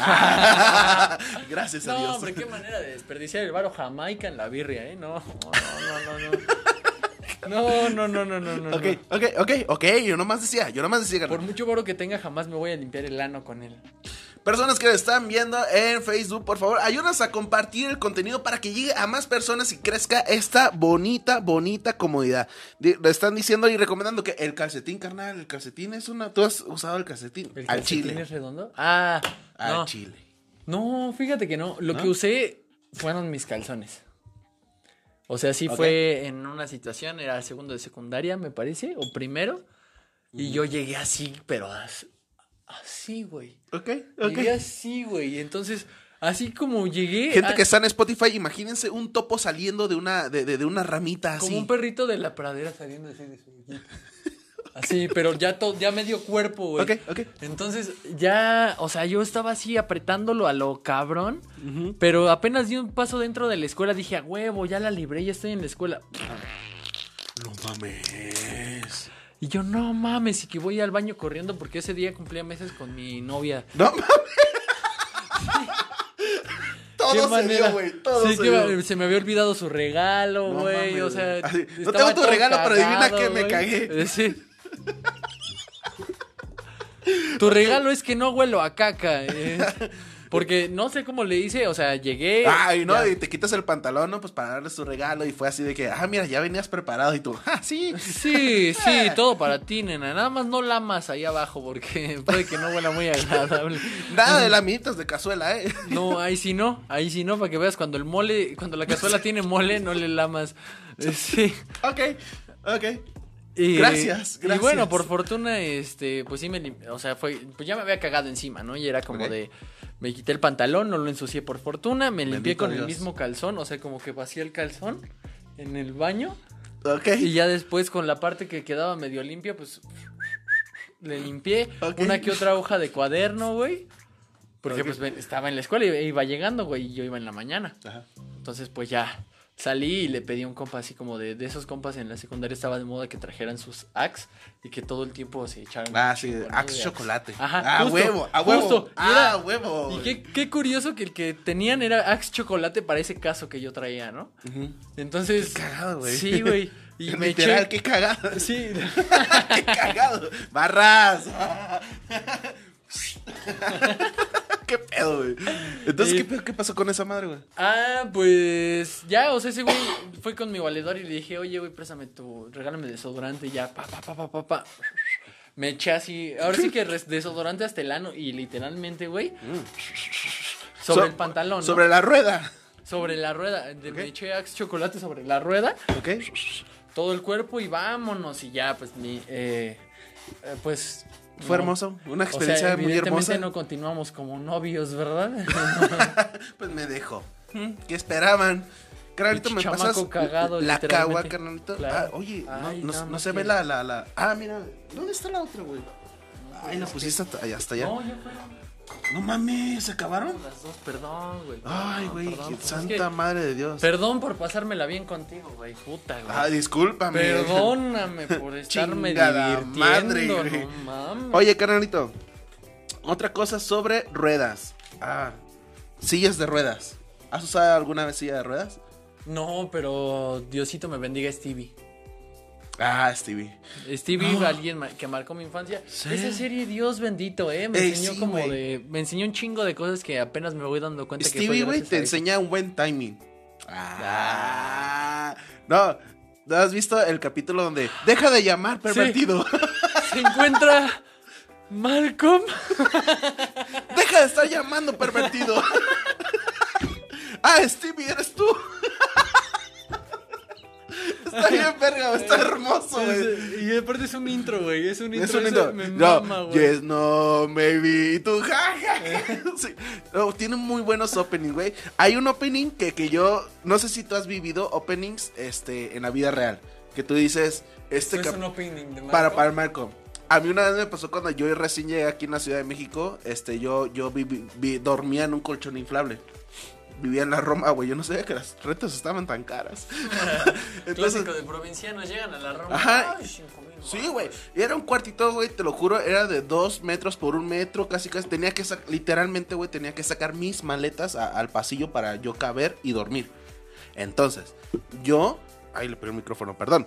[SPEAKER 2] gracias a
[SPEAKER 3] No,
[SPEAKER 2] Dios.
[SPEAKER 3] hombre, [LAUGHS] qué manera de desperdiciar el varo Jamaica en la birria, ¿eh? No, no, no, no. [LAUGHS] No, no, no, no, no, no. no.
[SPEAKER 2] Ok, ok, ok, ok, yo nomás decía, yo nomás decía,
[SPEAKER 3] Por
[SPEAKER 2] carnal.
[SPEAKER 3] mucho varo que tenga, jamás me voy a limpiar el ano con él.
[SPEAKER 2] Personas que lo están viendo en Facebook, por favor, ayúdanos a compartir el contenido para que llegue a más personas y crezca esta bonita, bonita comodidad. Di- Le están diciendo y recomendando que el calcetín, carnal, el calcetín es una... ¿Tú has usado el calcetín?
[SPEAKER 3] ¿El
[SPEAKER 2] Al
[SPEAKER 3] calcetín
[SPEAKER 2] chile.
[SPEAKER 3] es redondo? Ah,
[SPEAKER 2] Al
[SPEAKER 3] no.
[SPEAKER 2] chile.
[SPEAKER 3] No, fíjate que no. Lo
[SPEAKER 2] ¿No?
[SPEAKER 3] que usé fueron mis calzones. O sea, sí
[SPEAKER 2] Ok.
[SPEAKER 3] fue en una situación, era segundo de secundaria, me parece, o primero. Y yo llegué así, pero as- así, güey.
[SPEAKER 2] Ok, ok.
[SPEAKER 3] Llegué así, güey. Y entonces, así como llegué.
[SPEAKER 2] Gente
[SPEAKER 3] a-
[SPEAKER 2] que está en Spotify, imagínense un topo saliendo de una, de, de- de una ramita así.
[SPEAKER 3] Como un perrito de la pradera saliendo así de
[SPEAKER 2] [LAUGHS]
[SPEAKER 3] su boquita. Así, pero ya, to- ya medio cuerpo, güey.
[SPEAKER 2] Ok, ok.
[SPEAKER 3] Entonces, ya, o sea, yo estaba así apretándolo a lo cabrón, pero apenas di un paso dentro de la escuela, dije, a huevo, ya la libré, ya estoy en la escuela.
[SPEAKER 2] No mames.
[SPEAKER 3] Y yo, no mames, y que voy al baño corriendo porque ese día cumplía meses con mi novia.
[SPEAKER 2] No
[SPEAKER 3] [LAUGHS]
[SPEAKER 2] mames. Todo se dio,
[SPEAKER 3] manera?
[SPEAKER 2] güey. Todo
[SPEAKER 3] Sí,
[SPEAKER 2] se
[SPEAKER 3] que
[SPEAKER 2] dio.
[SPEAKER 3] me- se me había olvidado su regalo,
[SPEAKER 2] No
[SPEAKER 3] güey.
[SPEAKER 2] mames,
[SPEAKER 3] o sea,
[SPEAKER 2] güey. Así, no
[SPEAKER 3] estaba
[SPEAKER 2] tengo tu
[SPEAKER 3] todo
[SPEAKER 2] regalo, pero adivina
[SPEAKER 3] cagado,
[SPEAKER 2] que me
[SPEAKER 3] güey.
[SPEAKER 2] cagué.
[SPEAKER 3] [LAUGHS] Eh, Sí. tu regalo es que no huelo a caca. eh. Porque no sé cómo le hice, o sea, llegué.
[SPEAKER 2] Ay, no,
[SPEAKER 3] ya.
[SPEAKER 2] y te quitas el pantalón, ¿no? Pues para darle su regalo. Y fue así de que, ah, mira, ya venías preparado. Y tú, ah,
[SPEAKER 3] [LAUGHS]
[SPEAKER 2] sí.
[SPEAKER 3] Sí, sí, todo para ti, nena. Nada más no lamas ahí abajo porque [LAUGHS] puede que no huela muy agradable.
[SPEAKER 2] Nada de laminitas de cazuela,
[SPEAKER 3] [LAUGHS]
[SPEAKER 2] ¿eh?
[SPEAKER 3] No, ahí sí no, ahí sí no, para que veas cuando el mole, cuando la cazuela tiene mole, no le lamas. Eh, Sí.
[SPEAKER 2] Ok, ok.
[SPEAKER 3] Y-
[SPEAKER 2] Gracias,
[SPEAKER 3] Y
[SPEAKER 2] gracias.
[SPEAKER 3] bueno, por fortuna, este, pues sí me lim- O sea, fue. Pues ya me había cagado encima, ¿no? Y era como
[SPEAKER 2] Ok.
[SPEAKER 3] de. Me quité el pantalón, no lo ensucié por fortuna, me limpié
[SPEAKER 2] Bendito
[SPEAKER 3] con el
[SPEAKER 2] Dios.
[SPEAKER 3] mismo calzón, o sea, como que vacié el calzón en el baño.
[SPEAKER 2] Ok.
[SPEAKER 3] Y ya después, con la parte que quedaba medio limpia, pues. Le limpié
[SPEAKER 2] Ok.
[SPEAKER 3] una que otra hoja de cuaderno, güey. Porque
[SPEAKER 2] Ok.
[SPEAKER 3] pues ven- estaba en la escuela y iba llegando, güey, y yo iba en la mañana.
[SPEAKER 2] Ajá.
[SPEAKER 3] Entonces, pues ya salí y le pedí a un compa así como de, de esos compas en la secundaria estaba de moda que trajeran sus Axe y que todo el tiempo se echaran.
[SPEAKER 2] Ah,
[SPEAKER 3] un
[SPEAKER 2] sí,
[SPEAKER 3] chingo, ¿no?
[SPEAKER 2] Axe
[SPEAKER 3] de
[SPEAKER 2] chocolate.
[SPEAKER 3] Ajá,
[SPEAKER 2] ah,
[SPEAKER 3] justo,
[SPEAKER 2] huevo, a huevo.
[SPEAKER 3] justo. Y
[SPEAKER 2] Ah,
[SPEAKER 3] era-
[SPEAKER 2] huevo.
[SPEAKER 3] Y qué, qué curioso que el que tenían era Axe chocolate para ese caso que yo traía, ¿no?
[SPEAKER 2] Ujú.
[SPEAKER 3] Entonces.
[SPEAKER 2] Qué cagado, güey.
[SPEAKER 3] Sí, güey.
[SPEAKER 2] [LAUGHS]
[SPEAKER 3] Y me
[SPEAKER 2] Literal,
[SPEAKER 3] eché.
[SPEAKER 2] qué cagado.
[SPEAKER 3] Sí.
[SPEAKER 2] [LAUGHS]
[SPEAKER 3] [LAUGHS]
[SPEAKER 2] qué cagado. Barras. [LAUGHS] qué pedo, güey. Entonces,
[SPEAKER 3] Y-
[SPEAKER 2] ¿qué, pedo- ¿qué pasó con esa madre, güey?
[SPEAKER 3] Ah, pues ya, o sea, ese güey fue con mi valedor y le dije, oye, güey, préstame tu, regálame desodorante y ya, pa, pa, pa, pa, pa, pa. Me eché así, ahora sí que res- desodorante hasta el ano y literalmente, güey, sobre
[SPEAKER 2] So-
[SPEAKER 3] el pantalón, ¿no?
[SPEAKER 2] Sobre la rueda.
[SPEAKER 3] Sobre la rueda. De-
[SPEAKER 2] Ok.
[SPEAKER 3] Me eché Axe Chocolate sobre la rueda,
[SPEAKER 2] ¿Ok?
[SPEAKER 3] todo el cuerpo y vámonos y ya, pues mi, eh, eh, pues...
[SPEAKER 2] Fue
[SPEAKER 3] no.
[SPEAKER 2] hermoso. Una
[SPEAKER 3] O sea,
[SPEAKER 2] experiencia muy
[SPEAKER 3] evidentemente
[SPEAKER 2] hermosa.
[SPEAKER 3] no continuamos como novios, ¿verdad? [LAUGHS]
[SPEAKER 2] [LAUGHS] Pues me dejó. ¿Qué esperaban? Carnalito,
[SPEAKER 3] Pinche
[SPEAKER 2] me pasas
[SPEAKER 3] chamaco cagado,
[SPEAKER 2] la
[SPEAKER 3] literalmente.
[SPEAKER 2] cagua, carnalito.
[SPEAKER 3] Claro.
[SPEAKER 2] Ah, oye, no-
[SPEAKER 3] Ay,
[SPEAKER 2] no,
[SPEAKER 3] nada
[SPEAKER 2] no
[SPEAKER 3] más
[SPEAKER 2] se ve
[SPEAKER 3] que-
[SPEAKER 2] la, la, la- Ah, mira, ¿dónde está la otra, güey? Ay, la pusiste hasta, ay, hasta allá.
[SPEAKER 3] No, ya fueron.
[SPEAKER 2] No mames, ¿se acabaron?
[SPEAKER 3] Las dos, perdón, güey.
[SPEAKER 2] Ay,
[SPEAKER 3] perdón,
[SPEAKER 2] güey,
[SPEAKER 3] perdón,
[SPEAKER 2] qué
[SPEAKER 3] pues es
[SPEAKER 2] santa
[SPEAKER 3] que-
[SPEAKER 2] madre de Dios.
[SPEAKER 3] Perdón por pasármela bien contigo, güey. Puta, güey.
[SPEAKER 2] Ah, discúlpame. [LAUGHS]
[SPEAKER 3] Perdóname por estarme
[SPEAKER 2] Chingada
[SPEAKER 3] divirtiendo.
[SPEAKER 2] madre, güey.
[SPEAKER 3] no mames.
[SPEAKER 2] Oye, carnalito. Otra cosa sobre ruedas. Ah, sillas de ruedas. ¿Has usado alguna vez silla de ruedas?
[SPEAKER 3] No, pero Diosito me bendiga Stevie.
[SPEAKER 2] Ah, Stevie.
[SPEAKER 3] Stevie, alguien ma- que marcó mi infancia.
[SPEAKER 2] Ah. Sí.
[SPEAKER 3] Esa serie, Dios bendito, eh. Me
[SPEAKER 2] Ey,
[SPEAKER 3] enseñó
[SPEAKER 2] sí,
[SPEAKER 3] como
[SPEAKER 2] güey.
[SPEAKER 3] de. Me enseñó un chingo de cosas que apenas me voy dando cuenta que fue
[SPEAKER 2] Stevie, güey,
[SPEAKER 3] gracias
[SPEAKER 2] te
[SPEAKER 3] a eso.
[SPEAKER 2] enseña un buen timing. Ah. No, ¿no has visto el capítulo donde deja de llamar
[SPEAKER 3] [LAUGHS]
[SPEAKER 2] pervertido?
[SPEAKER 3] Se encuentra. Malcolm.
[SPEAKER 2] deja de estar llamando
[SPEAKER 3] [LAUGHS]
[SPEAKER 2] pervertido. ah, Stevie, eres tú. [LAUGHS] está bien, verga, güey, está hermoso, güey.
[SPEAKER 3] Es- y aparte es un intro, güey. Es un intro.
[SPEAKER 2] Es un
[SPEAKER 3] eso
[SPEAKER 2] lindo-
[SPEAKER 3] Me
[SPEAKER 2] No,
[SPEAKER 3] mama, güey.
[SPEAKER 2] yes, no, maybe. Y tú, ja, ja, ja. [LAUGHS] Sí. No, tienen muy buenos openings, güey. Hay un opening que, que yo, no sé si tú has vivido openings este, en la vida real. Que tú dices, este
[SPEAKER 3] No es
[SPEAKER 2] cap-
[SPEAKER 3] Pues un opening de
[SPEAKER 2] para,
[SPEAKER 3] Malcolm.
[SPEAKER 2] para Marco. A mí una vez me pasó cuando yo recién llegué aquí en la Ciudad de México, este, yo, yo vivi- vi- dormía en un colchón inflable. Vivía en la Roma, güey. Yo no sabía que las rentas estaban tan
[SPEAKER 3] [LAUGHS]
[SPEAKER 2] caras.
[SPEAKER 3] Clásico de provincianos llegan a la Roma.
[SPEAKER 2] Ajá.
[SPEAKER 3] Ay, cinco mil
[SPEAKER 2] Sí,
[SPEAKER 3] baros.
[SPEAKER 2] güey. Era un cuartito, güey, te lo juro. Era de dos metros por un metro, casi casi. Tenía que sacar, literalmente, güey, tenía que sacar mis maletas a- al pasillo para yo caber y dormir. Entonces, yo. Ahí le pegué el micrófono, perdón.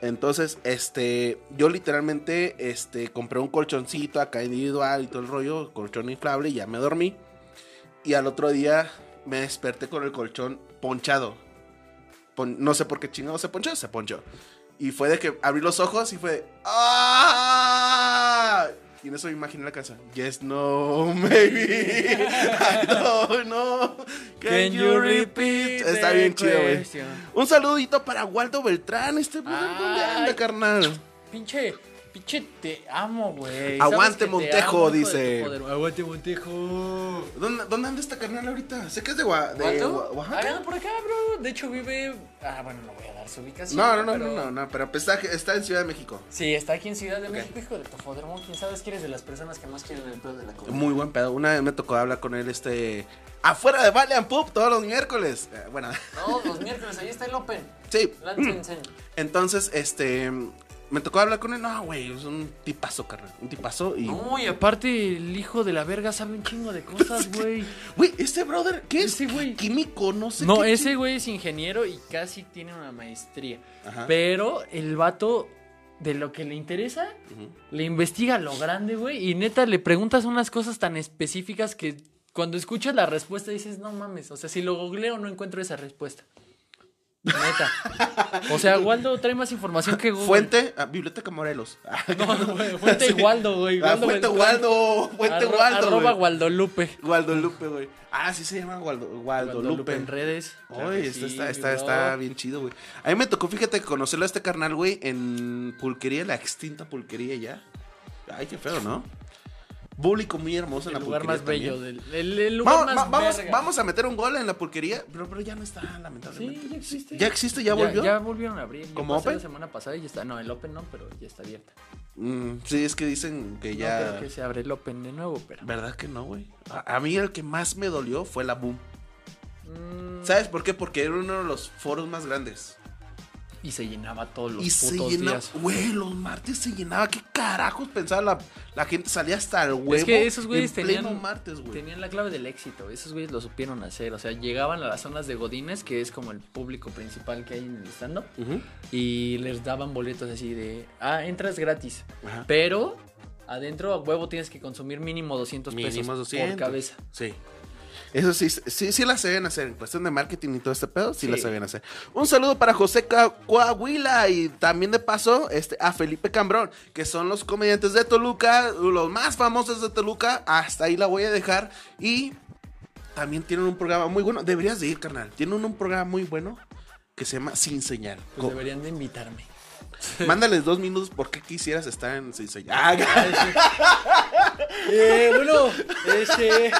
[SPEAKER 2] Entonces, este, yo literalmente, este, compré un colchoncito acá individual y todo el rollo, colchón inflable, y ya me dormí. Y al otro día me desperté con el colchón ponchado. Pon- no sé por qué chingado se ponchó, se ponchó. Y fue de que abrí los ojos y fue de, ¡Ah! Y en eso me imaginé la casa. Yes, no, [LAUGHS] maybe. I don't know.
[SPEAKER 3] Can you repeat?
[SPEAKER 2] Está
[SPEAKER 3] the
[SPEAKER 2] bien chido, güey.
[SPEAKER 3] question?
[SPEAKER 2] Un saludito para Waldo Beltrán. Este, ¿dónde
[SPEAKER 3] Ay.
[SPEAKER 2] anda, carnal?
[SPEAKER 3] Pinche, pinche, te amo, güey.
[SPEAKER 2] Aguante,
[SPEAKER 3] Sabes que te
[SPEAKER 2] Montejo,
[SPEAKER 3] amo, hijo de
[SPEAKER 2] dice.
[SPEAKER 3] tu poder- Aguante, Montejo.
[SPEAKER 2] ¿Dónde, dónde anda esta carnal ahorita? Sé que es de, Gua- de Gua-
[SPEAKER 3] ¿Cuánto?
[SPEAKER 2] Oaxaca.
[SPEAKER 3] Ah, por acá, bro. De hecho, vive. Ah, bueno, no voy a dar su ubicación.
[SPEAKER 2] No, no, no,
[SPEAKER 3] pero-
[SPEAKER 2] no, no, no, pero pues está, está en Ciudad de México.
[SPEAKER 3] Sí, está aquí en Ciudad de México, hijo de Tofodermo. ¿Quién sabes que eres de las personas que más quieren el pedo de la comida?
[SPEAKER 2] Muy buen pedo. Una vez me tocó hablar con él, este. Afuera de Valiant Pub todos los miércoles. Eh, bueno, [LAUGHS]
[SPEAKER 3] No, los miércoles, ahí está el Open.
[SPEAKER 2] sí.
[SPEAKER 3] Láncense.
[SPEAKER 2] Entonces, este. Me tocó hablar con él. No, güey, es un tipazo, carnal. Un tipazo. Y.
[SPEAKER 3] No, y aparte, el hijo de la verga sabe un chingo [LAUGHS] de cosas, güey.
[SPEAKER 2] Güey, ese brother, ¿qué es?
[SPEAKER 3] Ese güey.
[SPEAKER 2] Químico, no sé
[SPEAKER 3] No,
[SPEAKER 2] qué
[SPEAKER 3] ese güey es ingeniero y casi tiene una maestría.
[SPEAKER 2] chi- Ajá.
[SPEAKER 3] Pero el vato, de lo que le interesa,
[SPEAKER 2] Ujú.
[SPEAKER 3] le investiga a lo grande, güey. Y neta, le preguntas unas cosas tan específicas que cuando escuchas la respuesta dices, no mames. O sea, si lo googleo, no encuentro esa respuesta. Neta. O [LAUGHS] sea, Waldo trae más información que Google.
[SPEAKER 2] Fuente, ah, Biblioteca Morelos. [LAUGHS] Ah,
[SPEAKER 3] [LAUGHS] No, güey, Fuente [LAUGHS]
[SPEAKER 2] Sí.
[SPEAKER 3] Waldo, güey.
[SPEAKER 2] Ah,
[SPEAKER 3] Waldo
[SPEAKER 2] Fuente
[SPEAKER 3] Beltrán.
[SPEAKER 2] Waldo, Fuente
[SPEAKER 3] Arro-
[SPEAKER 2] Waldo.
[SPEAKER 3] Arroba
[SPEAKER 2] güey.
[SPEAKER 3] Gualdolupe.
[SPEAKER 2] Gualdolupe, güey. Ah, sí se llama Gualdo, Gualdolupe.
[SPEAKER 3] en redes. Claro
[SPEAKER 2] Oye,
[SPEAKER 3] que
[SPEAKER 2] está,
[SPEAKER 3] sí,
[SPEAKER 2] está,
[SPEAKER 3] mi
[SPEAKER 2] está,
[SPEAKER 3] bro.
[SPEAKER 2] está bien chido, güey. A mí me tocó, fíjate, conocerlo a este carnal, güey, en pulquería, la extinta pulquería ya. Ay, qué feo, ¿no? Público muy hermoso en
[SPEAKER 3] El
[SPEAKER 2] la
[SPEAKER 3] lugar
[SPEAKER 2] pulquería
[SPEAKER 3] más bello
[SPEAKER 2] también.
[SPEAKER 3] del el, el lugar
[SPEAKER 2] Vamos,
[SPEAKER 3] más
[SPEAKER 2] va- vamos,
[SPEAKER 3] verga.
[SPEAKER 2] vamos a meter un gol en la pulquería, pero, pero ya no está, lamentablemente.
[SPEAKER 3] Sí, ya existe.
[SPEAKER 2] ¿Ya existe? ¿Ya volvió?
[SPEAKER 3] Ya, volvieron a abrir. Yo
[SPEAKER 2] ¿Como
[SPEAKER 3] pasé
[SPEAKER 2] Open?
[SPEAKER 3] La semana pasada y ya está. No, el Open no, pero ya está abierta.
[SPEAKER 2] Mm, sí, es que dicen que ya...
[SPEAKER 3] No creo que se abre el Open de nuevo, pero.
[SPEAKER 2] ¿Verdad que no, güey? A, a mí el que más me dolió fue la Boom.
[SPEAKER 3] Mm,
[SPEAKER 2] ¿Sabes por qué? Porque era uno de los foros más grandes.
[SPEAKER 3] y se llenaba todos los
[SPEAKER 2] y se
[SPEAKER 3] putos
[SPEAKER 2] llenaba,
[SPEAKER 3] días.
[SPEAKER 2] güey, los martes se llenaba. ¿Qué carajos pensaba la, la gente? Salía hasta el huevo.
[SPEAKER 3] Es que esos güeyes
[SPEAKER 2] en
[SPEAKER 3] tenían,
[SPEAKER 2] pleno martes, güey.
[SPEAKER 3] tenían la clave del éxito. Esos güeyes lo supieron hacer. O sea, llegaban a las zonas de Godines, que es como el público principal que hay en el stand
[SPEAKER 2] Ujú,
[SPEAKER 3] y les daban boletos así de, ah, entras gratis.
[SPEAKER 2] ajá.
[SPEAKER 3] Pero adentro, a huevo tienes que consumir mínimo 200
[SPEAKER 2] Mínimo
[SPEAKER 3] pesos
[SPEAKER 2] 200.
[SPEAKER 3] por cabeza. Pues
[SPEAKER 2] Sí. Eso sí, sí, sí la saben hacer. En cuestión de marketing y todo este pedo, sí,
[SPEAKER 3] Sí.
[SPEAKER 2] la saben hacer. Un saludo para José Ca- Coahuila y también de paso este, a Felipe Cambrón, que son los comediantes de Toluca, los más famosos de Toluca. Hasta ahí la voy a dejar. Y también tienen un programa muy bueno. Deberías de ir, carnal. Tienen un programa muy bueno que se llama Sin Señal.
[SPEAKER 3] Pues
[SPEAKER 2] Co-
[SPEAKER 3] deberían de invitarme.
[SPEAKER 2] Mándales dos minutos por qué quisieras estar en Sin Señal.
[SPEAKER 3] [LAUGHS] Eh, bueno, este.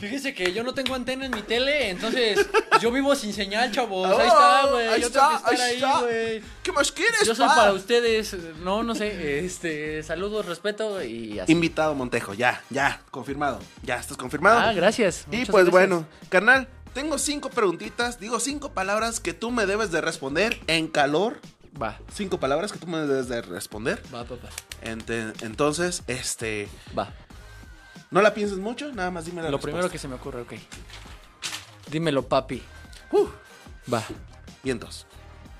[SPEAKER 3] Fíjense que yo no tengo antena en mi tele, entonces yo vivo sin señal, chavos. ahí está,
[SPEAKER 2] Oh,
[SPEAKER 3] güey.
[SPEAKER 2] ahí
[SPEAKER 3] Yo
[SPEAKER 2] está,
[SPEAKER 3] tengo que estar
[SPEAKER 2] ahí
[SPEAKER 3] ahí,
[SPEAKER 2] está.
[SPEAKER 3] güey.
[SPEAKER 2] ¿Qué más quieres?
[SPEAKER 3] Yo soy
[SPEAKER 2] pa?
[SPEAKER 3] para ustedes. No, no sé. Este, saludos, respeto y así.
[SPEAKER 2] Invitado Montejo, ya, ya, confirmado. Ya estás confirmado.
[SPEAKER 3] Ah, gracias.
[SPEAKER 2] Y
[SPEAKER 3] muchas
[SPEAKER 2] pues
[SPEAKER 3] gracias.
[SPEAKER 2] bueno, carnal, tengo cinco preguntitas, digo cinco palabras que tú me debes de responder en calor.
[SPEAKER 3] Va,
[SPEAKER 2] Cinco palabras que tú me debes de responder.
[SPEAKER 3] va, papá.
[SPEAKER 2] Ente- entonces, este,
[SPEAKER 3] Va.
[SPEAKER 2] no la pienses mucho, nada más dime la
[SPEAKER 3] Lo primero que se me ocurre, ok. Dímelo, papi.
[SPEAKER 2] Uh,
[SPEAKER 3] Va.
[SPEAKER 2] vientos.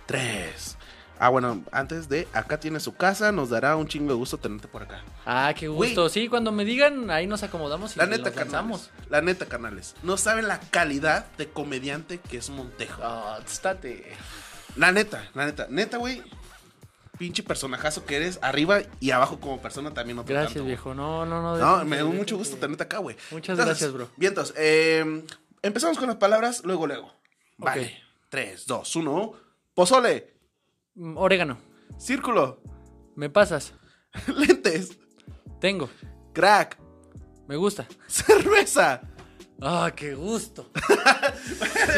[SPEAKER 2] Tres. Ah, bueno, antes de acá tiene su casa, nos dará un chingo de gusto tenerte por acá.
[SPEAKER 3] Ah, qué
[SPEAKER 2] Güey.
[SPEAKER 3] gusto. Sí, cuando me digan, ahí nos acomodamos y
[SPEAKER 2] la neta,
[SPEAKER 3] nos lanzamos.
[SPEAKER 2] carnales. La neta, carnales. No saben la calidad de comediante que es Montejo.
[SPEAKER 3] Ah, estate.
[SPEAKER 2] La neta, la neta, neta, güey. Pinche personajazo que eres, arriba y abajo como persona también. No te
[SPEAKER 3] Gracias,
[SPEAKER 2] tanto, güey.
[SPEAKER 3] viejo. No, no, eh. no.
[SPEAKER 2] No,
[SPEAKER 3] déjate,
[SPEAKER 2] me dio
[SPEAKER 3] déjate.
[SPEAKER 2] mucho gusto tenerte acá, güey.
[SPEAKER 3] Muchas gracias, bro.
[SPEAKER 2] Vientos, eh, empezamos con las palabras, luego, luego. Vale.
[SPEAKER 3] Ok.
[SPEAKER 2] Tres, dos, uno. Pozole,
[SPEAKER 3] Mm, Orégano,
[SPEAKER 2] círculo, [LAUGHS]
[SPEAKER 3] me pasas.
[SPEAKER 2] lentes,
[SPEAKER 3] Tengo.
[SPEAKER 2] crack, [LAUGHS]
[SPEAKER 3] Me gusta. [LAUGHS]
[SPEAKER 2] cerveza.
[SPEAKER 3] Ah, qué gusto.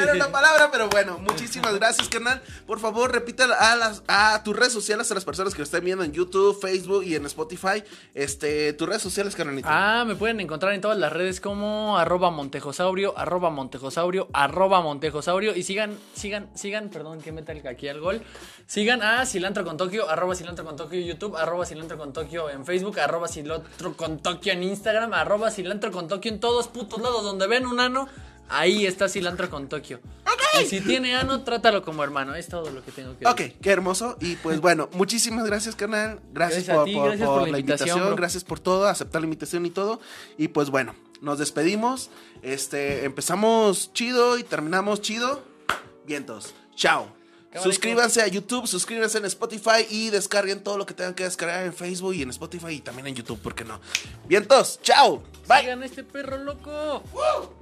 [SPEAKER 2] Era una palabra, pero bueno, muchísimas gracias, canal. Por favor, repita a, las, a tus redes sociales, a las personas que lo estén viendo en YouTube, Facebook y en Spotify. Este, tus redes sociales, canalito.
[SPEAKER 3] Ah, me pueden encontrar en todas las redes como arroba montejosaurio, arroba montejosaurio, arroba montejosaurio. Y sigan, sigan, sigan, perdón que meta el- aquí al gol. Sigan a cilantro con Tokio, arroba cilantro con Tokio en YouTube, arroba cilantro con Tokio en Facebook, arroba cilantro con Tokio en Instagram, arroba cilantro con Tokio en todos putos lados donde ven un ano. Ahí está cilantro con Tokio. Y si tiene ano, trátalo como hermano. Es todo lo que tengo que decir.
[SPEAKER 2] Ok, qué hermoso. Y
[SPEAKER 3] [LAUGHS]
[SPEAKER 2] pues bueno, muchísimas gracias, canal. Gracias,
[SPEAKER 3] Gracias a
[SPEAKER 2] por,
[SPEAKER 3] ti,
[SPEAKER 2] por-
[SPEAKER 3] gracias
[SPEAKER 2] por la invitación.
[SPEAKER 3] bro.
[SPEAKER 2] gracias por todo, aceptar la invitación y todo. Y pues bueno, nos despedimos. Este, empezamos chido y terminamos chido. Vientos. Chao.
[SPEAKER 3] Cámara,
[SPEAKER 2] Suscríbanse a YouTube, suscríbanse en Spotify y descarguen todo lo que tengan que descargar en Facebook y en Spotify y también en YouTube, ¿por qué no? Vientos, chao. Bye.
[SPEAKER 3] Sigan a este perro loco.
[SPEAKER 2] Woo.